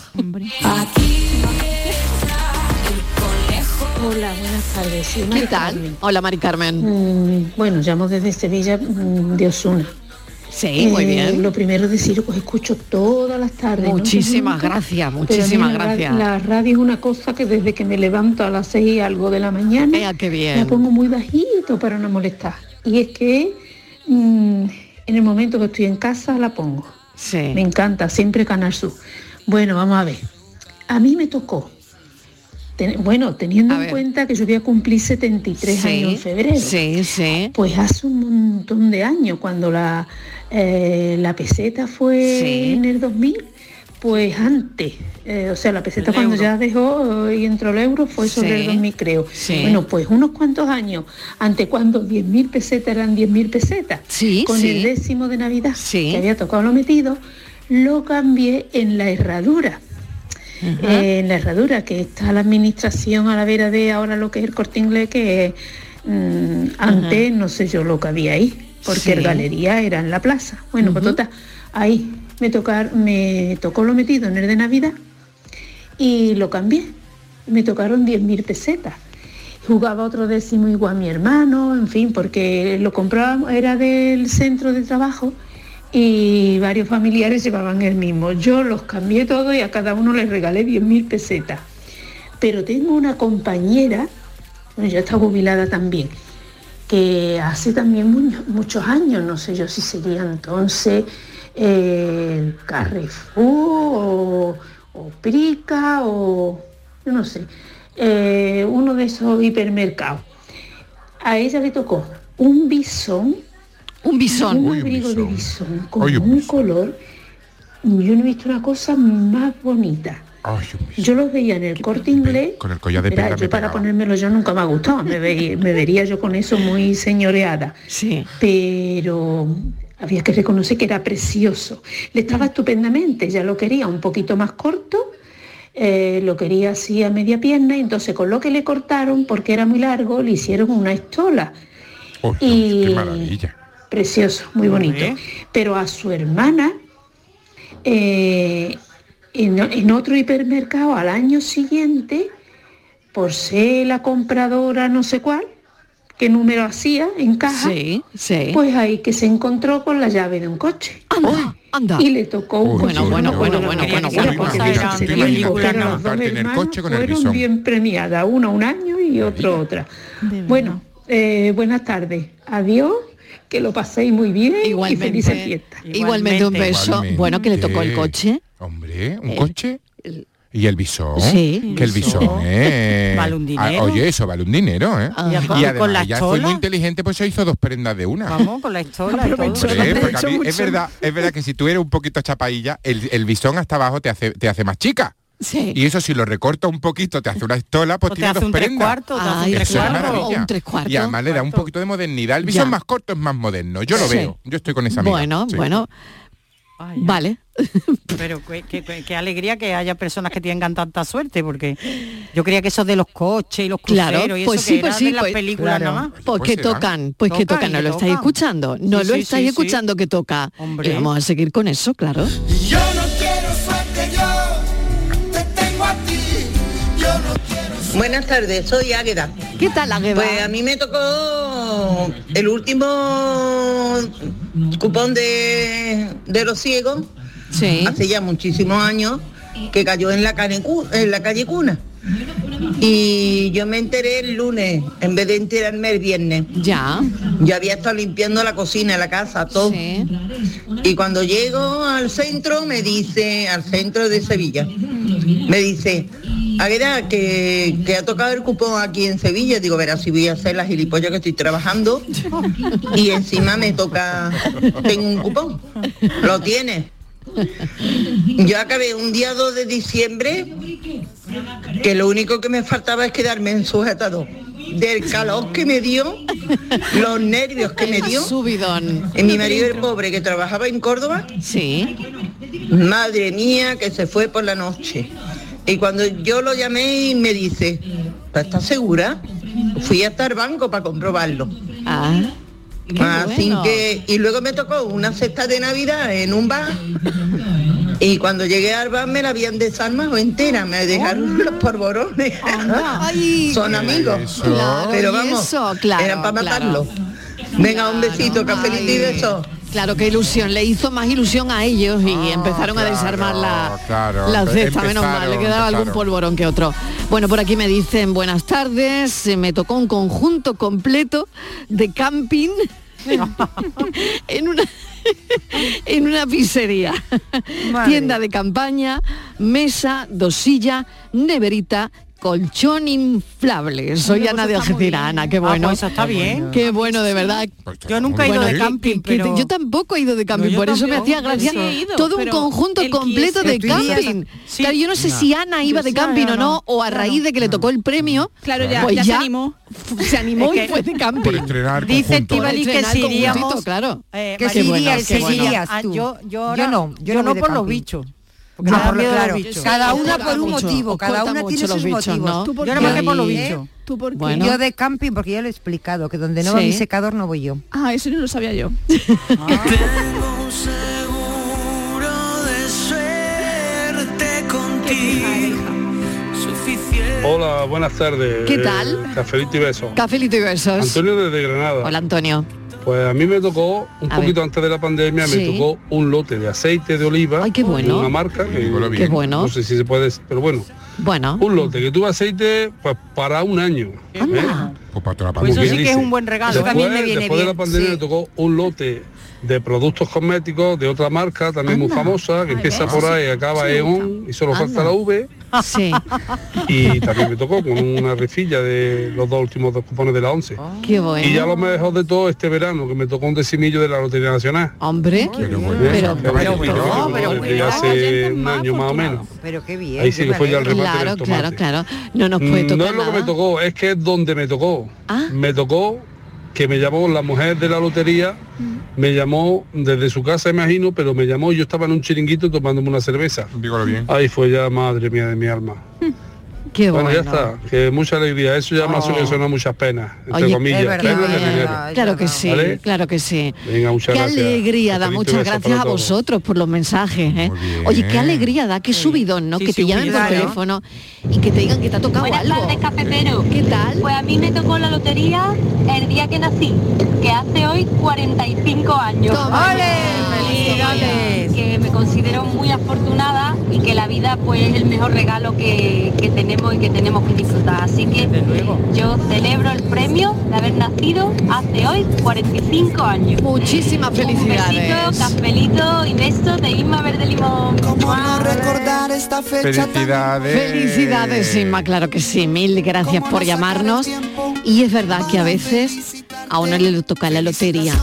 Hola, buenas tardes. Soy
¿Qué
Mari
tal?
Carmen.
Hola Mari Carmen.
Mm, bueno, llamo desde Sevilla mm, de Osuna. Eh,
Sí, muy bien.
Lo primero decir, pues escucho todas las tardes. ¿no?
Muchísimas
Nunca,
gracias,
pero
muchísimas
mira, la-
gracias.
La radio es una cosa que desde que me levanto a las seis y algo de la mañana,
bien.
la pongo muy bajito para no molestar. Y es que mm, en el momento que estoy en casa la pongo. Me encanta, siempre Canal Sur. Bueno, vamos a ver. A mí me tocó. ten- bueno, teniendo en cuenta que yo voy a cumplir 73
Sí,
años en febrero.
Sí, sí.
Pues hace un montón de años, cuando la, eh, la peseta fue
Sí.
en el 2000, pues antes, eh, o sea, la peseta cuando ya dejó eh, y entró el euro fue sobre
Sí.
el 2000, creo.
Sí.
Bueno, pues unos cuantos años, antes cuando 10.000 pesetas eran 10.000 pesetas, con
sí.
el décimo de Navidad que había tocado lo metido, lo cambié en la herradura. Eh, en la herradura, que está la administración a la vera de ahora lo que es el corte inglés, que mm, antes no sé yo lo que había ahí, porque
Sí.
el galería era en la plaza. Bueno, pues total, ahí me, tocar, me tocó lo metido en el de Navidad y lo cambié. Me tocaron 10.000 pesetas. Jugaba otro décimo igual a mi hermano, en fin, porque lo comprábamos, era del centro de trabajo y varios familiares llevaban el mismo. Yo los cambié todo y a cada uno les regalé 10.000 pesetas. Pero tengo una compañera, bueno, ya está jubilada también, que hace también mu- muchos años, no sé yo si sería entonces eh, el Carrefour o, o Prica o yo no sé, eh, uno de esos hipermercados. A ella le tocó un bisón,
un bisón,
un abrigo de bisón con Oye, un un color. Yo no he visto una cosa más bonita.
Ay,
Yo los veía en el corte inglés.
con el collar de
Verá,
perla me
yo para
pegaba.
ponérmelo yo nunca me ha gustado, me,
[laughs]
veía- me vería yo con eso muy señoreada.
Sí.
Pero había que reconocer que era precioso. Le estaba estupendamente, ya lo quería un poquito más corto, eh, lo quería así a media pierna, y entonces con lo que le cortaron, porque era muy largo, le hicieron una estola. y precioso, muy bonito. Pero a su hermana, eh, en, en otro hipermercado al año siguiente, por ser la compradora no sé cuál, qué número hacía en caja,
sí.
pues ahí que se encontró con la llave de un coche.
Anda, anda.
Y le tocó un
Bueno,
coche.
bueno, bueno, bueno, bueno, bueno, bueno, bueno,
Tú imagínate
Pero los dos
montarte en el
hermanos
coche con el
fueron
bisón.
bien premiadas, uno un año y otro otra. Bueno, eh, buenas tardes. Adiós, que lo paséis muy bien y felices fiestas.
Igualmente un beso. Bueno, que le tocó el coche.
Hombre, un
Eh,
coche. ¿Y el bisón?
Sí.
Que el bisón, ¿eh?
Vale un dinero. Ah.
Ah, oye, eso vale un dinero, ¿eh?
Y con-
Y
con la
además, ya fue
chola.
muy inteligente, pues se hizo dos prendas de
[laughs]
una.
Vamos con la historia. y todo.
Hombre, porque a mí es verdad, es verdad que si tú eres un poquito chapailla, el, el bisón hasta abajo te hace, te hace más chica.
Sí.
Y eso si lo recorta un poquito, te hace una estola, pues
O te
tiene
hace
dos
un tres
prendas.
cuartos, te hace un
Eso
tres
es una
cuartos.
maravilla.
O un tres cuartos.
Y además le da un poquito de modernidad. El
Ya.
bisón más corto es más moderno. Yo lo
Sí.
veo. Yo estoy con esa amiga.
Bueno,
Sí.
bueno. Vale.
Pero qué, qué- qué- qué alegría que haya personas que tengan tanta suerte, porque yo creía que eso de los coches y los cruceros
Claro,
y
pues
eso
sí,
que
pues
era
sí,
de las
pues-
películas
Claro.
nada más.
Pues que tocan, pues que tocan, no lo estáis escuchando, no
Sí,
lo
sí,
estáis
sí, sí.
escuchando que toca. Y vamos a seguir con eso, claro.
Yo no quiero suerte, yo te tengo a ti. Yo no
Buenas tardes, soy Águeda.
¿Qué tal Águeda?
Pues a mí me tocó el último cupón de, de los ciegos. Hace ya muchísimos años que cayó en la, cane- cu- en la calle Cuna. Y yo me enteré el lunes en vez de enterarme el viernes.
Ya.
Yo había estado limpiando la cocina, la casa, todo. Y cuando llego al centro me dice, al centro de Sevilla, me dice, Águeda, que, que ha tocado el cupón aquí en Sevilla. Digo, verás si voy a hacer las gilipollas que estoy trabajando y encima me toca, tengo un cupón. Lo tienes. Yo acabé un día 2 de diciembre que lo único que me faltaba es quedarme en sujetador. Del calor que me dio, los nervios que me dio.
Subidón.
Y mi marido el pobre que trabajaba en Córdoba.
Sí.
Madre mía, que se fue por la noche. Y cuando yo lo llamé y me dice, "¿Pero ¿estás segura? Fui hasta el banco para comprobarlo.
qué
Así
bueno.
que, y luego me tocó una cesta de Navidad en un bar. Y cuando llegué al bar me la habían desarmado entera, me
Oh.
dejaron los porborones.
Ay,
Son
qué
amigos.
eso. Claro,
pero
y
vamos,
eso, claro,
eran para
claro.
matarlo. Venga, un besito, cafelito y beso.
Claro, qué ilusión, le hizo más ilusión a ellos y empezaron a desarmar la,
Ah, claro,
la
empe-
cesta, menos mal, le
empezaron,
quedaba algún
empezaron.
polvorón que otro. Bueno, por aquí me dicen, buenas tardes, eh, me tocó un conjunto completo de
[laughs]
camping [laughs] en una... [laughs] En una pizzería, tienda de campaña, mesa, dosillas, neverita, colchón inflable. Soy
Oye,
Ana de
pues está muy
Algeciras,
bien.
Ana, qué
Ah,
bueno.
pues está bien.
Qué bueno, de verdad.
Yo nunca he ido
Bueno,
de
que-
camping,
que te-
pero...
yo tampoco he ido de camping,
No, yo
por eso me
tampoco,
hacía
hombre,
gracia
sí he ido,
todo un
pero
conjunto
el
completo
quiso.
de
Tú dices-
camping.
Sí.
Claro, yo no sé
Ya.
si Ana iba
Yo
de
sé,
camping o
Ana,
no, o a
claro.
raíz de que le tocó el premio,
Claro, ya-
pues
ya se animó.
f- [laughs] Se animó
Es
y
que-
fue de camping.
Por estrenar
Dice
conjunto,
Estivali
¿eh?
que
Estrenar
si
conjuntito,
iríamos
claro.
eh,
Que
vale,
sí
qué
irías,
bueno,
sí
qué bueno.
irías
Ah,
tú.
yo, yo, ahora-
Yo no, yo no voy de
por los
camping.
bichos.
Porque
Me
me
da
por lo-
miedo los
claro.
bichos.
Cada una
Corta
por un
mucho,
motivo, cada
corta
una
mucho
tiene
los
sus
bichos,
motivos.
¿no? Yo nada más que por los bichos.
¿Eh?
¿Tú por qué?
Bueno.
Yo de camping, porque ya lo he explicado, que donde no va
Sí.
mi secador no voy yo.
Ah, eso no lo sabía yo.
un seguro de suerte contigo. Suficiente.
Hola, buenas tardes.
¿Qué tal?
Eh, Cafelito y beso.
Cafelito y besos.
Antonio desde Granada.
Hola Antonio.
Pues a mí me tocó, un
A
poquito
ver.
antes de la pandemia,
Sí.
me tocó un lote de aceite de oliva.
Ay, qué bueno.
de Una marca que,
bien. Qué bueno.
No sé si se puede, decir, pero bueno.
Bueno.
Un lote que tuve aceite pues para un año.
Anda.
Pues para toda la
Pues eso sí que es un buen regalo.
Después,
También me viene
después de la
bien,
pandemia
sí.
me tocó un lote de productos cosméticos de otra marca también muy
Anda.
famosa que
Ay,
empieza
¿ves?
por
Sí,
ahí y acaba
sí,
en
gusta.
un y solo falta
Anda.
la V
Sí.
y también me tocó con una rifilla de los dos últimos dos cupones de la 11.
Oh.
Qué bueno.
Y ya lo mejor de todo este verano, que me tocó un decimillo de la Lotería Nacional.
Hombre,
pero, pero,
bueno, pero bueno.
hace un año más o menos.
Pero qué bien.
Ahí sí
yo
que
me
fue ya el
alegro.
remate
Claro,
del tomate.
claro, claro. No nos puede
Mm,
tocar
No es lo que me
nada. Ah.
tocó, es que es donde me tocó. Me tocó que me llamó la mujer de la lotería, me llamó desde su casa, imagino, pero me llamó y yo estaba en un chiringuito tomándome una cerveza.
bien.
Ahí fue ya, madre mía de mi alma.
Hmm. Qué
bueno, ya
bueno. Oh.
está, que mucha alegría, eso ya me ha solucionado muchas penas, entre
Oye,
comillas,
es verdad,
penas de
es
dinero.
Ah,
verdad, Claro que sí,
¿Vale?
claro que sí.
Venga, muchas
Qué
gracias.
alegría da,
Cafelito y
muchas
besos
gracias
para
a
todos.
vosotros por los mensajes. ¿eh? Oye, qué alegría da, qué subidón, ¿no? que te llamen por
claro.
teléfono y que te digan que te ha tocado
Buenas
algo.
tardes, cafetero.
¿Qué tal?
Pues a mí me tocó la lotería el día que nací, que hace hoy 45 años.
Toma. ¡Ole!
Y Que me considero muy afortunada y que la vida pues es el mejor regalo que, que tenemos y que tenemos que disfrutar. Así que yo celebro el premio premio de haber nacido hace hoy 45 años.
Muchísimas
Un
felicidades.
besito, cafelito y beso de Inma Verde Limón.
recordar esta fecha
Eh.
Felicidades.
Felicidades, Inma, claro que sí. Mil gracias por llamarnos. Y es verdad que a veces a uno le toca la lotería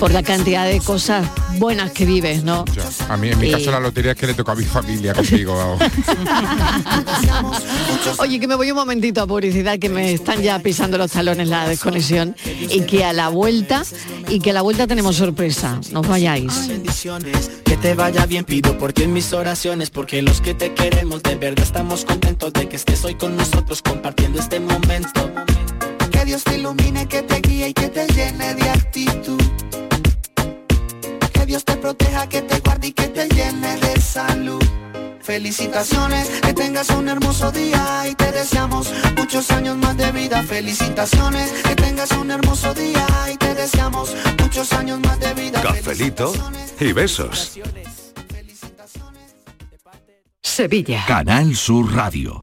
por la cantidad de cosas buenas que vives, ¿no?
Ya. A mí, en mi
Sí.
caso, la lotería es que le tocó a mi familia contigo.
[laughs] Oye, que me voy un momentito a publicidad, que me están ya pisando los talones la desconexión y que a la vuelta, y que a la vuelta tenemos sorpresa. No os vayáis.
bendiciones. Que te vaya bien, pido por ti en mis oraciones, porque los que te queremos de verdad estamos contentos de que estés hoy con nosotros compartiendo este momento. Que Dios te ilumine, que te guíe y que te llene de actitud. Que Dios te proteja, que te guarde y que te llene de salud. Felicitaciones, que tengas un hermoso día y te deseamos muchos años más de vida. Felicitaciones, que tengas un hermoso día y te deseamos muchos años más de vida.
Cafelito y besos.
Sevilla.
Canal Sur Radio.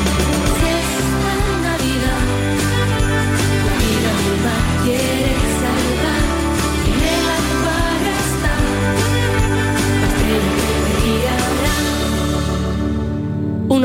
Navidad, la vida misma quiere salvar y me la para estar. Las estrellas que
Un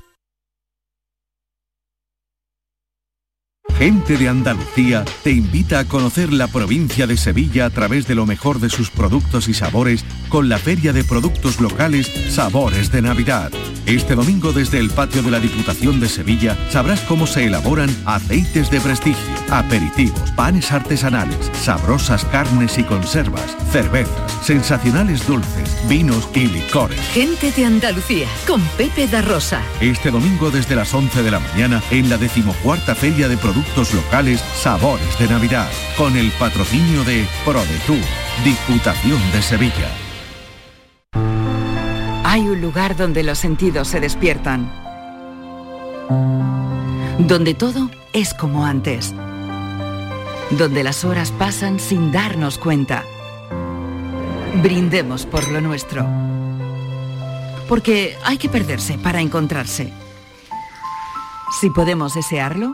Gente de Andalucía te invita a conocer la provincia de Sevilla a través de lo mejor de sus productos y sabores con la Feria de Productos Locales Sabores de Navidad. Este domingo desde el patio de la Diputación de Sevilla sabrás cómo se elaboran aceites de prestigio, aperitivos, panes artesanales, sabrosas carnes y conservas, cervezas, sensacionales dulces, vinos y licores.
Gente de Andalucía con Pepe da Rosa.
Este domingo desde las 11 de la mañana en la decimocuarta Feria de Productos Locales Sabores de Navidad, con el patrocinio de ProDetour, Diputación de Sevilla.
Hay un lugar donde los sentidos se despiertan. Donde todo es como antes. Donde las horas pasan sin darnos cuenta. Brindemos por lo nuestro. Porque hay que perderse para encontrarse. Si podemos desearlo,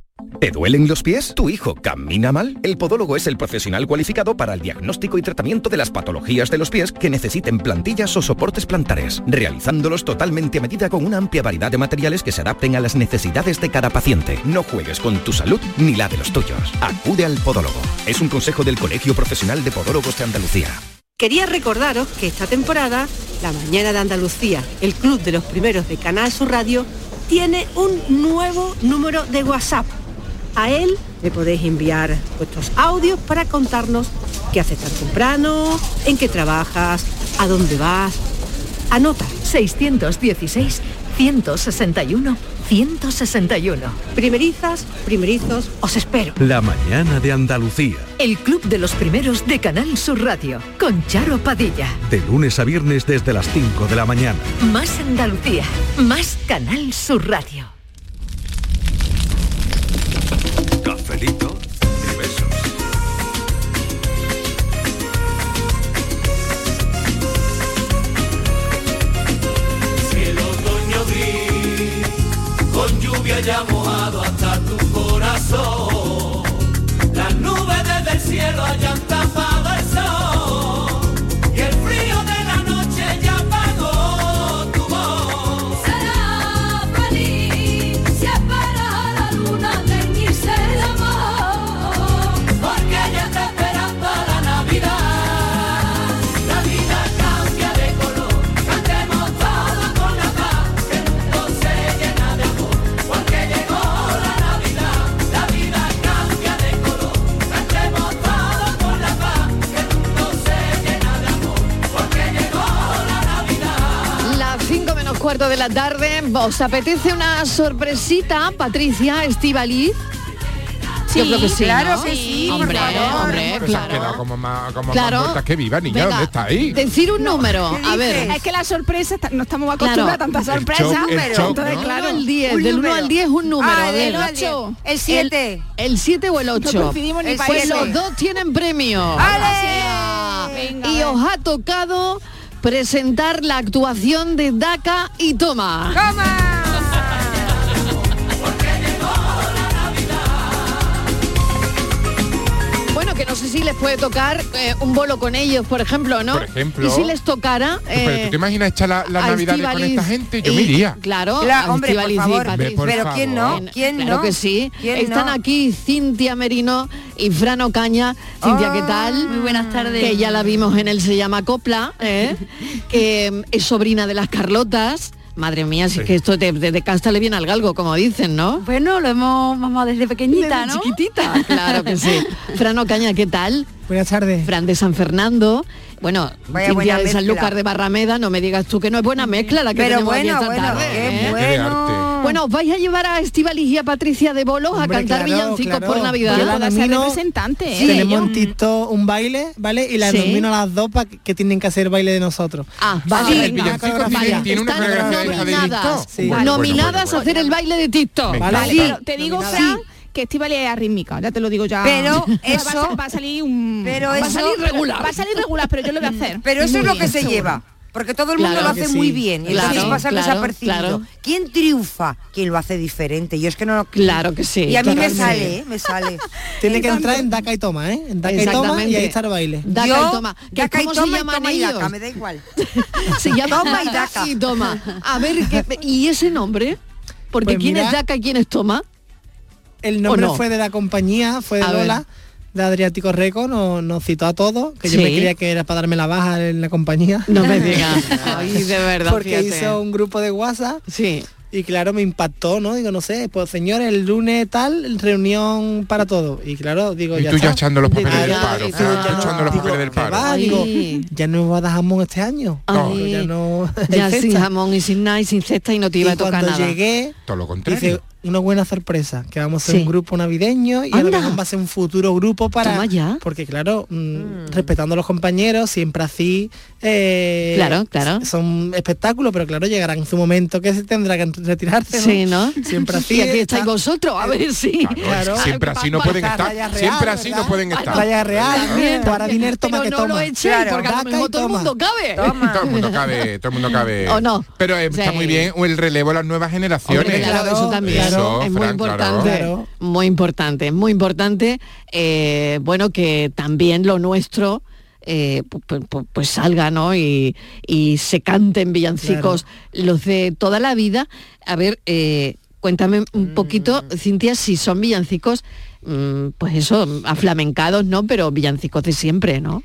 ¿Te duelen los pies? ¿Tu hijo camina mal? El podólogo es el profesional cualificado para el diagnóstico y tratamiento de las patologías de los pies que necesiten plantillas o soportes plantares, realizándolos totalmente a medida con una amplia variedad de materiales que se adapten a las necesidades de cada paciente. No juegues con tu salud ni la de los tuyos. Acude al podólogo. Es un consejo del Colegio Profesional de Podólogos de Andalucía.
Quería recordaros que esta temporada, La Mañana de Andalucía, el club de los primeros de Canal Sur Radio, tiene un nuevo número de WhatsApp. A él le podéis enviar vuestros audios para contarnos qué haces tan temprano, en qué trabajas, a dónde vas. Anota
616 161
161.
Primerizas, primerizos, os espero.
La mañana de Andalucía.
El Club de los Primeros de Canal Sur Radio, con Charo Padilla.
De lunes a viernes desde las 5 de la mañana.
Más Andalucía, más Canal Sur Radio.
Cafelito y besos.
Si el otoño gris con lluvia ya mojado hasta tu corazón, las nubes desde el cielo hayan tapado el sol y el frío de la noche ya apagó tu voz. Será feliz si espera la luna de irse el amor, porque ella está esperando a la Navidad. La vida cambia de color, cantemos todos con la paz, que el mundo se llena de amor, porque llegó la Navidad. La vida cambia de color, cantemos todos con la paz, que el mundo se llena de amor, porque llegó la Navidad.
Las 5 menos cuarto de la tarde, ¿os apetece una sorpresita, Patricia, Estivaliz? Yo creo que [laughs] sí, ¿no?
Hombre, hombre,
claro.
Se ha quedado como más, como
Claro.
más muertas que viva, niña,
Venga,
¿dónde está ahí?
Decir un número,
¿qué
a ver.
dices? Es que la sorpresa, está- no estamos acostumbrados a tanta
El shock,
sorpresa.
el
pero
shock,
entonces,
¿no?
claro, Ah,
El 10, del 1 al 10 un número. del ocho.
El
Eh,
7.
El 7 o el
No
8.
coincidimos ni pa'
pues
ese.
los dos tienen premio.
Venga,
Y os ha tocado presentar la actuación de Daca y Toma. Bueno, que no sé si les puede tocar eh, un bolo con ellos, por ejemplo, ¿no?
Por ejemplo.
Y si les tocara...
Pero tú te
eh,
imaginas echar la- las
a
navidades con
Estíbaliz
esta gente, yo me
y-
iría.
Claro,
Claro,
a
hombre, por
Estíbaliz y
favor.
Patricio.
Ve, por
Pero ¿quién no?
favor.
¿Quién
claro
no?
que sí.
¿Quién
Están
no?
aquí Cintia Merino y Fran Ocaña. Cintia, ¿qué
Ah,
tal? Muy buenas tardes. Que ya la vimos en el Se llama Copla, ¿eh? que eh, es sobrina de las Carlotas. Madre mía, si es que esto de, de, de casta le viene al galgo, como dicen, ¿no?
Bueno, lo hemos mamado desde pequeñita, ¿no?
chiquitita. Claro que sí. Fran Ocaña, ¿qué tal?
Buenas tardes.
Fran de San Fernando. Bueno,
Vaya
Cintia
buena
de
mezcla.
Sanlúcar de Barrameda, no me digas tú que no es buena mezcla la que
Pero
tenemos aquí
bueno,
esta
bueno,
tarde,
qué
¿eh?
bueno. Qué de arte.
Bueno, os vais a llevar a Estivaliz y a Patricia de Bolos a cantar villancicos por Navidad.
Las
representante, ¿eh?
Tenemos
Sí.
un TikTok, un baile, ¿vale? Y las
Sí.
domino a las dos para que, que tienen que hacer baile de nosotros.
Ah,
vale.
sí,
Una
el villancico
coreografía. tiene- tiene una
Están
coreografía de
nominadas,
TikTok. Sí. Bueno,
nominadas a hacer el baile de TikTok.
Venga. Vale,
Sí.
pero
Te digo, Fran, que Estivali es rítmica, ya te lo digo ya.
Pero
[laughs] Va a
eso- mm,
sa- va a salir un
pero
va a
eso-
salir regular.
regular.
Va a salir regular, pero yo lo voy a hacer.
Pero eso
Muy
es lo que
bien,
se
seguro.
lleva. Porque todo el mundo
Claro
lo
que
hace
sí.
muy bien. y Entonces
Claro,
pasar
claro,
desapercibido.
claro.
¿Quién triunfa? Quien lo hace diferente. Yo es que no lo...
Claro que sí.
Y a mí me
Totalmente.
sale, ¿eh? me sale.
Tiene que entrar en Daca y Toma, ¿eh? En Daca y Toma y
Exactamente.
ahí está el baile.
Daca
Yo,
y Toma. ¿Que
Daca y
¿Cómo
Toma
se
y
llaman
Toma y
ellos?
Daca, me
[laughs]
da igual.
Se llama
Toma y
Daca
Daca.
y Toma. A ver, ¿qué- ¿y ese nombre? Porque
Pues
quién es
mira-
Daca y quién es Toma.
El nombre
¿O no?
fue de la compañía, fue de
A ver.
Lola, de Adriático Record, nos, nos citó a todos, que yo
Sí.
me creía que era para darme la baja en la
[laughs]
compañía.
No
[laughs]
me digas. Ay, de verdad,
Porque
fíjate.
hizo un grupo de WhatsApp.
Sí.
Y claro, me impactó, ¿no? Digo, no sé, pues señores, el lunes tal, reunión para todo. Y claro, digo,
Y
ya
tú ya
está.
echando los papeles del
Claro,
paro.
y tú
Fran,
ya
tú echando los papeles del paro.
Va, digo, ya no me va a dar jamón este año.
Ay.
Digo, ya no.
Ah, eh,
[laughs]
Ya
hay
sin
fecha.
jamón y sin nada y sin cesta y no te iba
Y
a tocar
cuando
nada.
llegué,
Todo lo contrario.
Dice, una buena sorpresa, que vamos a ser
Sí.
un grupo navideño y a lo
Anda.
mejor va a ser un futuro grupo para...
Toma ya.
Porque claro, mm, respetando a los compañeros, siempre así... eh,
Claro, claro.
s- Son espectáculos, pero claro, llegará en su momento que se tendrá que retirarse.
Sí, ¿no?
Siempre así.
Y aquí estáis vosotros, a ver si.
Claro.
Siempre así no pueden estar.
Raya Real,
Siempre así no
¿verdad?
pueden estar.
Raya Real,
También,
para dinero toma
Pero
que
no
toma.
lo echéis, porque a lo mejor todo el mundo cabe.
Todo el mundo cabe, todo el mundo
[laughs]
cabe.
¿O no?
Pero eh, está
Sí.
muy bien el relevo a las nuevas generaciones.
Hombre, claro, eso también
Eso,
es muy
Fran, claro.
importante, muy importante, es muy importante. eh, bueno, que también lo nuestro eh, pu- pu- pu- pues, salga, ¿no? Y, y se canten villancicos los de toda la vida. A ver, eh, cuéntame
Mm.
un poquito, Cintia, si son villancicos, mm, pues eso, aflamencados, ¿no? Pero villancicos de siempre, ¿no?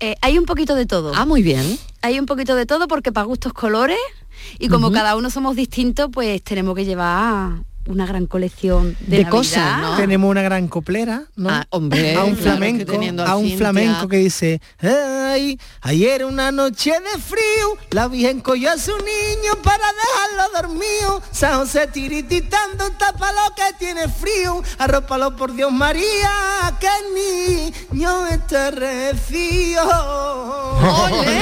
Eh, hay un poquito de todo.
Ah, muy bien.
Hay un poquito de todo porque para gustos colores y como
Ujú.
cada uno somos distintos, pues tenemos que llevar
una gran colección de, Navidad.
Tenemos una gran coplera, ¿no?
Ah, hombre,
a un
claro, que
flamenco,
teniendo a
a un
Cintia.
flamenco que dice, ay, ayer una noche de frío, la Virgen cogió a su niño para dejarlo dormido. San José tirititando, tapa lo que tiene frío, arrópalo por Dios María, que el niño está recién.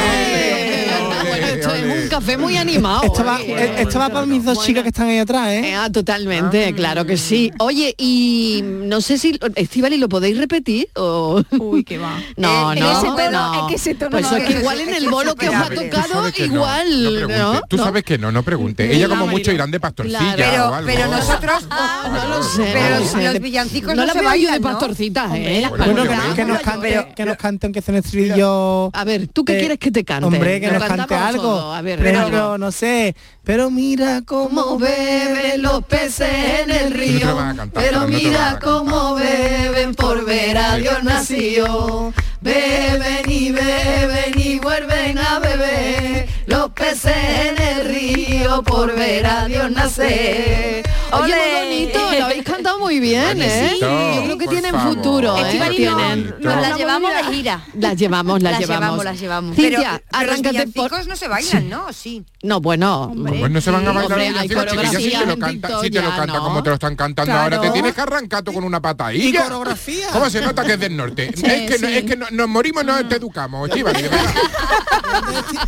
Bueno, esto es un café muy animado.
Estaba, eh, estaba para mis dos chicas que están ahí atrás, ¿eh?
ah, totalmente, claro que sí. Oye, y no sé si Estivali lo podéis repetir o Uy,
que va.
[laughs] No,
Eh,
no,
ese tono,
no.
es que ese tono
Pues
no,
es que
es-
igual en
es
el
que
bolo
[laughs]
que os ha
superable.
Tú
tocado
sabes que no, no
igual,
preguntes.
¿no?
Tú sabes que no, no pregunte. Ella como mucho irán de pastorcilla
Claro.
o algo.
Pero nosotros-
no lo sé.
Pero
no lo
los
sé.
villancicos
¿eh? no,
no
la
se
veo yo de
bailan, ¿no?
pastorcitas, ¿eh?
Bueno, que, que nos cante, que nos cante aunque sea un estribillo.
A ver, ¿tú qué quieres que te cante?
Hombre, que
Lo
nos cante
cantamos
algo.
todo, a ver,
pero
algo.
no sé. Pero mira cómo beben los peces en el río.
Pero mira cómo beben por ver a Dios nacido. Beben y beben y vuelven a beber los peces en el río por ver a Dios nacer. Oye, muy bonito, lo habéis cantado muy bien, ¿eh?
Sí,
Yo creo que tienen futuro, ¿eh?
Estivali, no,
Tienen.
nos la llevamos de gira.
Las llevamos, las,
Las llevamos,
llevamos.
las llevamos.
Cintia,
Pero- pero los
arráncate por...
villancicos
no se bailan, ¿no? Sí.
No, bueno.
Pues no se van a
sí,
bailar
hombre,
bien
hay
encima, chiquillas, si te
coreografías
lo
en
canta,
TikTok
si te lo
ya,
canta
¿no?
como te lo están cantando
Claro.
ahora, te tienes que arrancar tú con una pata ahí.
Y
ya.
coreografía.
¿Cómo se nota que es del norte?
Sí,
es que, no-
sí.
es que no- nos morimos, no te educamos, Estíbali, de verdad.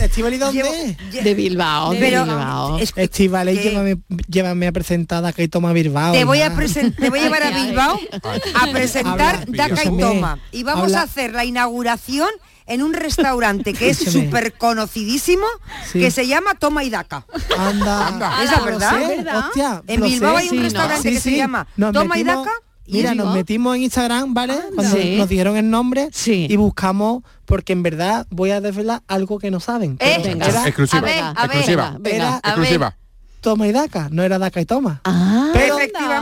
¿Estivali dónde?
De Bilbao, de
Pero-
Bilbao.
Estivali,
que-
llévame, llévame a presentada que toma Bilbao.
Te voy, a
ya.
presen- te voy a
[laughs]
llevar a Bilbao a presentar
Habla,
Daca y
escúchame,
Toma. Y vamos
habla.
a hacer la inauguración en un restaurante que es
Escúchame.
súper conocidísimo,
Sí.
que se llama Toma y Daca.
Anda,
Ah,
¿Es la verdad?
Lo sé, hostia,
en
lo sé.
Bilbao hay un restaurante
Sí,
que se
sí.
llama
Nos
Toma y
metimos-
Daca. y
Mira,
es
nos
Bilbao.
metimos en Instagram, ¿vale? Cuando
Sí.
nos dijeron el nombre y buscamos, porque en verdad voy a desvelar algo que no saben.
Eh,
Pero
venga.
era-
Exclusiva, A ver, a ver, exclusiva,
era-
venga, a exclusiva. ver.
Toma y Daca, no era Daca y Toma. Pero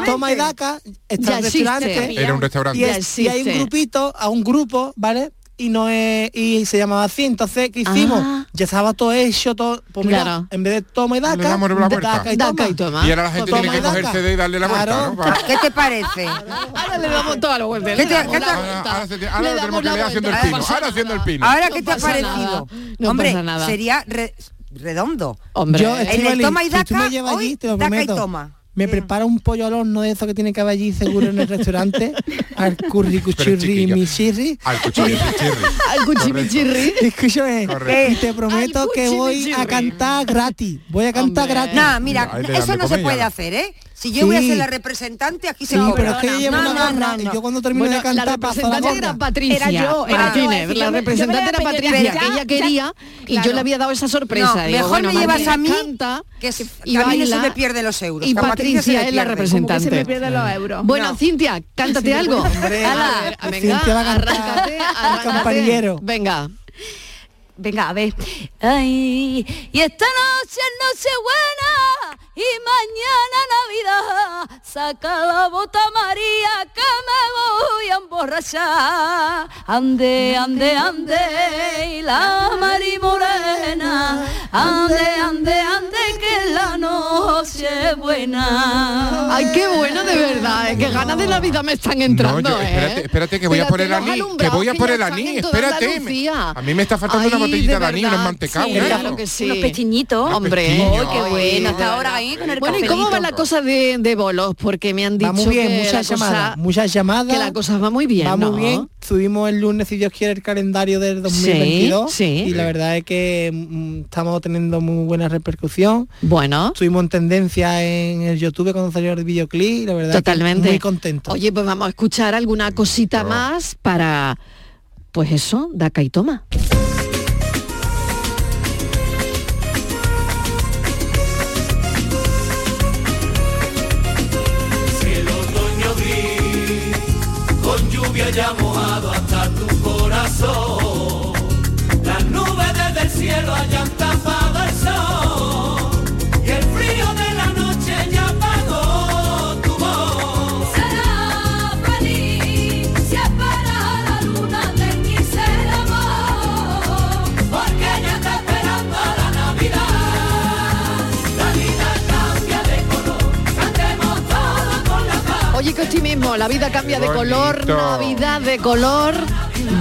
Toma y Daca está
Ah. Ya
en
existe.
restaurante.
Era un restaurante.
Y,
Ya
es- y hay un
existe.
grupito, a un grupo, ¿vale? Y no es, y se llamaba así, entonces ¿qué hicimos?
Ah.
Ya estaba todo hecho, todo. Pues mira,
Claro.
en vez de toma y daca,
Le damos la vuelta.
daca y
Daca
toma. Pues
y toma.
Y ahora la gente
Toma
tiene que
y daca.
coger CD y darle la vuelta,
Claro.
¿no? Para-
¿Qué te parece?
Ahora le damos toda la vuelta.
¿Qué
le
te-
damos
qué
la
te-
vuelta.
Ahora, se- ahora
Le
lo
damos
tenemos que
la
leer haciendo el
vuelta.
pino. Ahora haciendo el pino.
Ahora,
No
¿qué te ha
pasa
parecido?
nada, no
Hombre,
pasa nada.
sería re- redondo.
Hombre. Yo,
en el
Estivali,
Toma y
si tú
Daca,
me llevas
hoy,
allí, te lo
Daca
prometo.
y Toma.
Me prepara un pollo al horno de eso que tiene que haber allí seguro en el
[laughs]
restaurante, al curry cuchurri y michirri.
Al cuchillo,
[laughs] Al cuchimichirri. Eh,
Escúchame,
Correcto.
y te prometo que voy a
cuchimichirri.
cantar gratis. Voy a cantar gratis.
Nah, mira,
Ahí le dan
eso
de
no se
comer,
puede
ya.
hacer, ¿eh? Si yo voy a
Sí.
ser la representante, aquí se
Sí,
me
pero es que
perdona.
ella lleva
No,
una
no,
gorra
no,
y
no.
yo cuando termino
Bueno,
de cantar
la
paso la
representante
gorra.
era Patricia.
Era yo, era
Martínez,
yo, es decir, yo
la
me- yo me
representante
la
era
apellido-
Patricia,
ya,
que
ya.
ella quería y yo
Claro.
le había dado esa sorpresa.
No,
Digo,
mejor
bueno,
me llevas
Martínez
a mí,
canta
que es-
y
a mí no se
baila,
me pierden los euros.
Y
Como a Patricia se
Patricia
le
es la
pierden.
representante.
Como que se me pierden los euros.
Bueno,
No.
Cintia, cántate algo.
Hombre,
Ala,
a ver,
venga,
Cintia va a cantar
arráncate, arráncate.
campanillero.
Venga.
Venga, a ver. Ay, y esta noche es noche buena y mañana Navidad. Saca la bota María que me voy a emborrachar. Ande, ande, ande, y la Mari Morena. Ande, ande, ande, que la noche es buena.
Ay, qué bueno de verdad, eh, que ganas de la vida me están entrando,
No, yo- espérate,
eh.
espérate, que voy a
Espérate,
por el
los
anís, que
alumbrados
voy a
que
por
ya
el
están en
anís,
toda
espérate.
Andalucía.
A mí me está faltando una
Ay,
botellita de
de
anís, unos
verdad,
mantecados,
sí,
¿eh?
claro que sí.
Unos pechinitos.
Unos
Hombre,
pechinitos.
Ay, qué bueno, hasta ahora ahí con el
Bueno, ¿y cómo va la
cafelito.
cosa de, de bolos? Porque me han dicho
Va muy bien,
que la
muchas
cosa-
llamadas, muchas llamadas.
que la cosa va muy bien,
Va muy
¿no?
bien. Subimos el lunes, si Dios quiere, el calendario del 2022.
Sí, sí.
Y la verdad es que mm, estamos teniendo muy buena repercusión.
Bueno.
Estuvimos en tendencia en el YouTube cuando salió el videoclip. y La verdad es que
Totalmente.
muy contento.
Oye, pues vamos a escuchar alguna cosita más para, pues eso, Daca y Toma.
Cielo otoño gris, con lluvia ya mojado hasta tu corazón. Las nubes desde el cielo hayan tapado el sol. Y el frío de la noche ya apagó tu voz.
Será feliz si espera la luna de quince amor, porque ella está esperando a la Navidad. La vida cambia de color, cantemos todos.
bueno, la vida cambia de color,
Qué bonito.
Navidad de color,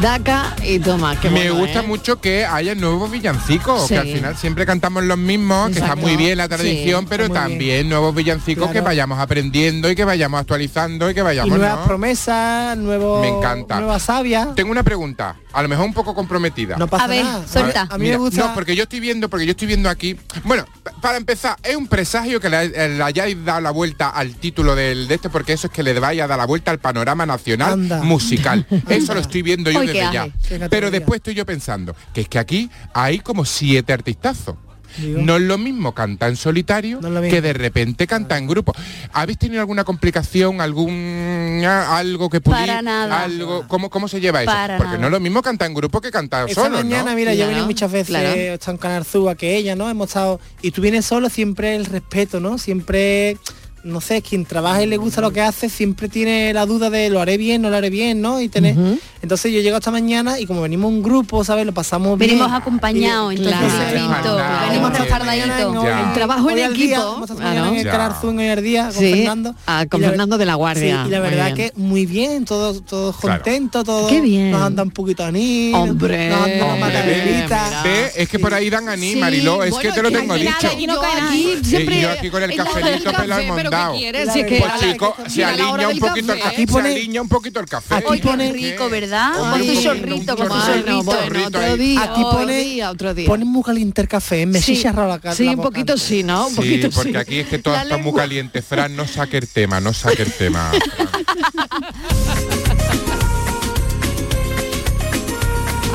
daca y toma. Qué
Me
bueno,
gusta
¿eh?
mucho que haya nuevos villancicos,
Sí.
que al final siempre cantamos los mismos, que está
Exacto.
muy bien la tradición,
Sí,
pero
está muy
también nuevos villancicos que
Claro.
vayamos aprendiendo y que vayamos actualizando y que
Y
vayamos...
nuevas
¿no?
promesas, nuevo,
Me encanta.
nueva savia.
Tengo una pregunta, a lo mejor un poco comprometida. No
pasa A ver, nada. suelta.
A, mí me gusta. No, porque yo estoy viendo, porque yo estoy viendo aquí. Bueno, pa- para empezar, es un presagio que le, eh, le hayáis dado la vuelta al título del de este, porque eso es que le vais a dar la vuelta al panorama nacional musical. Eso lo estoy viendo yo
Hoy qué
desde
hace,
ya.
qué categoría.
Pero después estoy yo pensando que es que aquí hay como siete artistazos. No es lo mismo cantar en solitario que de repente cantar en grupo. ¿Habéis tenido alguna complicación, algún a- algo que pudiera
Para nada.
algo cómo cómo se lleva eso?
Para
Porque
nada.
no es lo mismo cantar en grupo que cantar
Esta
solo,
mañana,
¿no?
mira, yo he venido
Claro,
muchas veces, eh,
claro.
he estado en Canarzúa que ella, ¿no? Hemos estado. Y tú vienes solo, siempre el respeto, ¿no? Siempre, no sé, quien trabaja y le gusta lo que hace, siempre tiene la duda de lo haré bien, no lo haré bien, ¿no? Y tener. Entonces yo llego esta mañana y como venimos un grupo, ¿sabes? Lo pasamos bien.
Venimos acompañados,
Y-
entonces
Claro.
es distinto.
Claro.
Venimos
Claro.
tostardaditos.
Ya.
El trabajo en
Hoy al día,
equipo.
hemos estado
claro.
mañana en el Canarzúa, hoy al día, con
Sí,
Fernando.
ah, con
Y la-
Fernando de la Guardia.
Sí, y la
Muy
verdad
bien.
que muy bien, todos todos
Claro.
contentos, todos
Qué bien.
nos anda un poquito a mí.
Hombre.
nos anda una
Hombre, ve,
matarelita.
ve, es que por ahí dan a mí,
Sí,
Mariló, es
bueno,
que te lo
que
tengo
aquí
dicho.
nada, aquí no cae nada.
Y- y
Siempre
yo aquí con el
es la hora del
cafelito
café,
pelado
pero ¿qué
almondado.
quieres? Si es que a
Pues
la-
chico, se
a la hora
aliña un
del
poquito el
café.
café.
Aquí
Se
pone-
aliña un poquito el café.
aquí pone-
rico, ¿verdad? Con
Ay,
su
un
chorrito, con su
chorrito.
chorrito.
Bueno, otro día,
Aquí
otro
pone-
día, otro día.
Ponen muy caliente el café, me
Sí,
sí. la cara.
sí, un poquito sí, ¿no? Ah, Un
Sí,
poquito
porque
sí.
aquí es que todo está muy caliente. Fran, no saque el tema, no saque
[laughs]
el tema.
[laughs]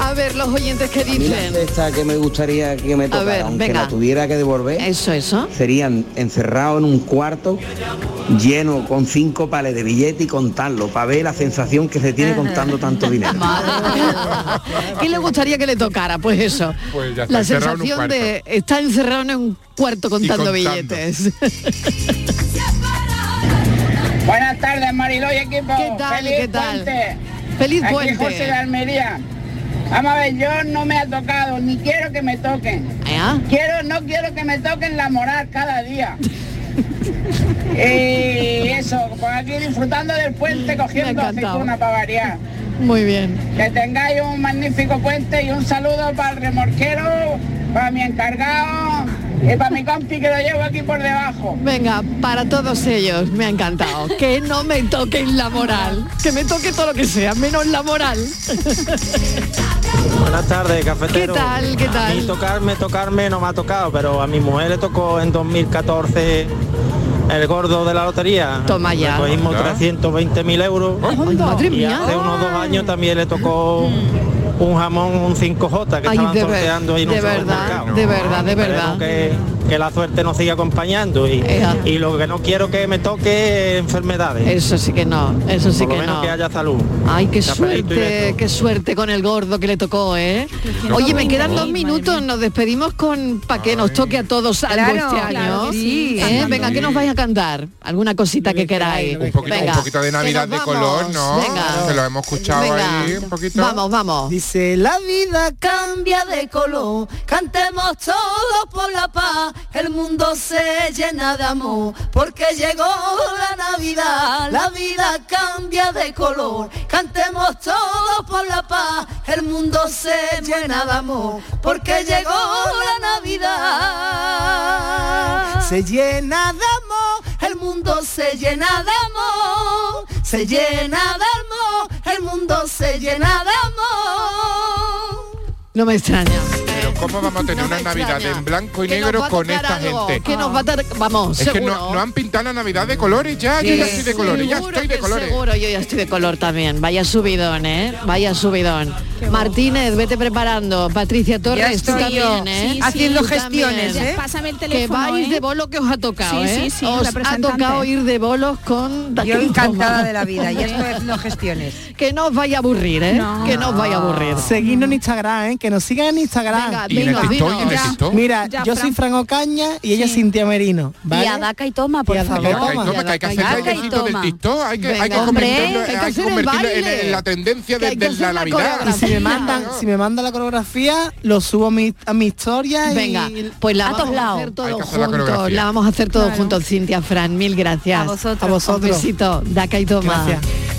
A ver, los oyentes que
A mí la
dicen.
cesta que me gustaría que me tocara,
ver,
aunque
venga.
la tuviera que devolver,
eso, eso.
serían encerrado en un cuarto lleno con cinco pales de billete y contarlo, para ver la sensación que se
Eh.
tiene contando tanto
[laughs]
dinero.
¿Qué le gustaría que le tocara? Pues eso.
Pues ya está,
la
encerrado en un
sensación
cuarto.
de estar encerrado en un cuarto contando,
contando.
billetes.
Buenas tardes, Mariló y equipo.
¿Qué tal,
Feliz
qué tal?
puente.
Feliz
Aquí
puente.
José de Almería. Vamos a ver, yo no me ha tocado, ni quiero que me toquen.
¿Ah?
Quiero,
[laughs]
no quiero que me toquen la moral cada día.
Eh,
y
Eh,
eso, por aquí disfrutando del puente, cogiendo aceituna para variar.
Muy bien.
Que tengáis un magnífico puente y un saludo para el remorquero, para mi encargado y para mi compi que lo llevo aquí por debajo.
Venga, para todos ellos, me ha encantado. Que no me toquen la moral. Que me toque todo lo que sea, menos la
[laughs]
moral.
Buenas tardes, cafetero.
¿Qué tal? ¿Qué
A mí
tal?
tocarme, tocarme no me ha tocado, pero a mi mujer le tocó en 2014 el gordo de la lotería.
Toma ya.
Cogimos 320.000 euros.
madre
Y
mía. Mm.
hace unos dos años también le tocó un jamón, un 5J que
Ay,
estaban
de ver-
sorteando ahí en un
de verdad,
supermercado.
de verdad, de verdad.
Esperemos Que, que la suerte nos siga acompañando y,
Ea.
y lo que no quiero que me toque es enfermedades.
Eso sí que no, eso sí
Por lo
que
menos
no.
que haya salud.
Ay, qué
Cafelito y
suerte, qué suerte con el gordo que le tocó, ¿eh? Oye, me quedan dos minutos, nos despedimos con para que nos toque a todos algo
Claro,
este año.
claro que sí.
¿Eh? Venga, ¿qué nos vais a cantar? ¿Alguna cosita que queráis?
Un poquito,
Venga.
un poquito de Navidad de color, ¿no?
Venga.
Se lo hemos escuchado
Venga.
ahí un poquito.
Vamos, vamos.
Dice
La vida cambia de color, cantemos todos por la paz, el mundo se llena de amor, porque llegó la Navidad, la vida cambia de color, cantemos todos por la paz, el mundo se llena de amor, porque llegó la Navidad.
Se llena
de amor, el mundo se llena de amor, se llena de amor, el mundo se llena de amor.
No me extraña.
Pero ¿cómo vamos a tener una Navidad en blanco y
Que nos va
negro
a
con
tocar
esta
algo,
gente?
Que nos va a dar, vamos,
Es que
seguro.
no, no han pintado la Navidad de colores ya, yo ya
Sí.
estoy de colores, ya
Seguro
estoy de
que
colores.
Seguro, yo ya estoy de color también. Vaya subidón, ¿eh? Vaya subidón. Martínez, vete preparando. Patricia
Ya
Torres, tú
estoy yo.
también, ¿eh?
Sí, sí. Haciendo
Tú
gestiones,
también.
¿eh? Pásame el
Que
teléfono,
vais
¿eh?
de bolo que os ha tocado,
Sí,
¿eh?
sí, sí,
Os ha
representante.
tocado ir de bolos con...
Yo encantada de la vida,
ya
ya estoy
haciendo gestiones. Que no os vaya a aburrir, ¿eh? Que no os vaya a aburrir.
Seguidnos en Instagram, ¿eh? que nos sigan en Instagram.
Venga, Y en el dinos, TikTok, dinos. y en el Ya, TikTok.
Mira,
ya,
yo
Fran.
soy Fran Ocaña y ella es Cintia Merino. ¿vale?
Y a Daca y toma, por
Y a Daca
favor.
y toma,
Toma, que hay que hacer
Venga,
bailecito del
toma.
TikTok, hay que, hay que
Venga, hombre,
convertirlo,
hay que
hay que
hacer el
convertirlo en,
baile.
en la tendencia de, de la Navidad.
Y se si
[laughs]
me mandan, si me mandan la coreografía, lo subo a mi, a mi historia
Venga,
y
pues la vamos a hacer todos juntos. La vamos a hacer todos juntos, Cintia, Fran. Mil gracias.
A vosotros.
A vosotros. Un besito. Daca y toma.
Gracias.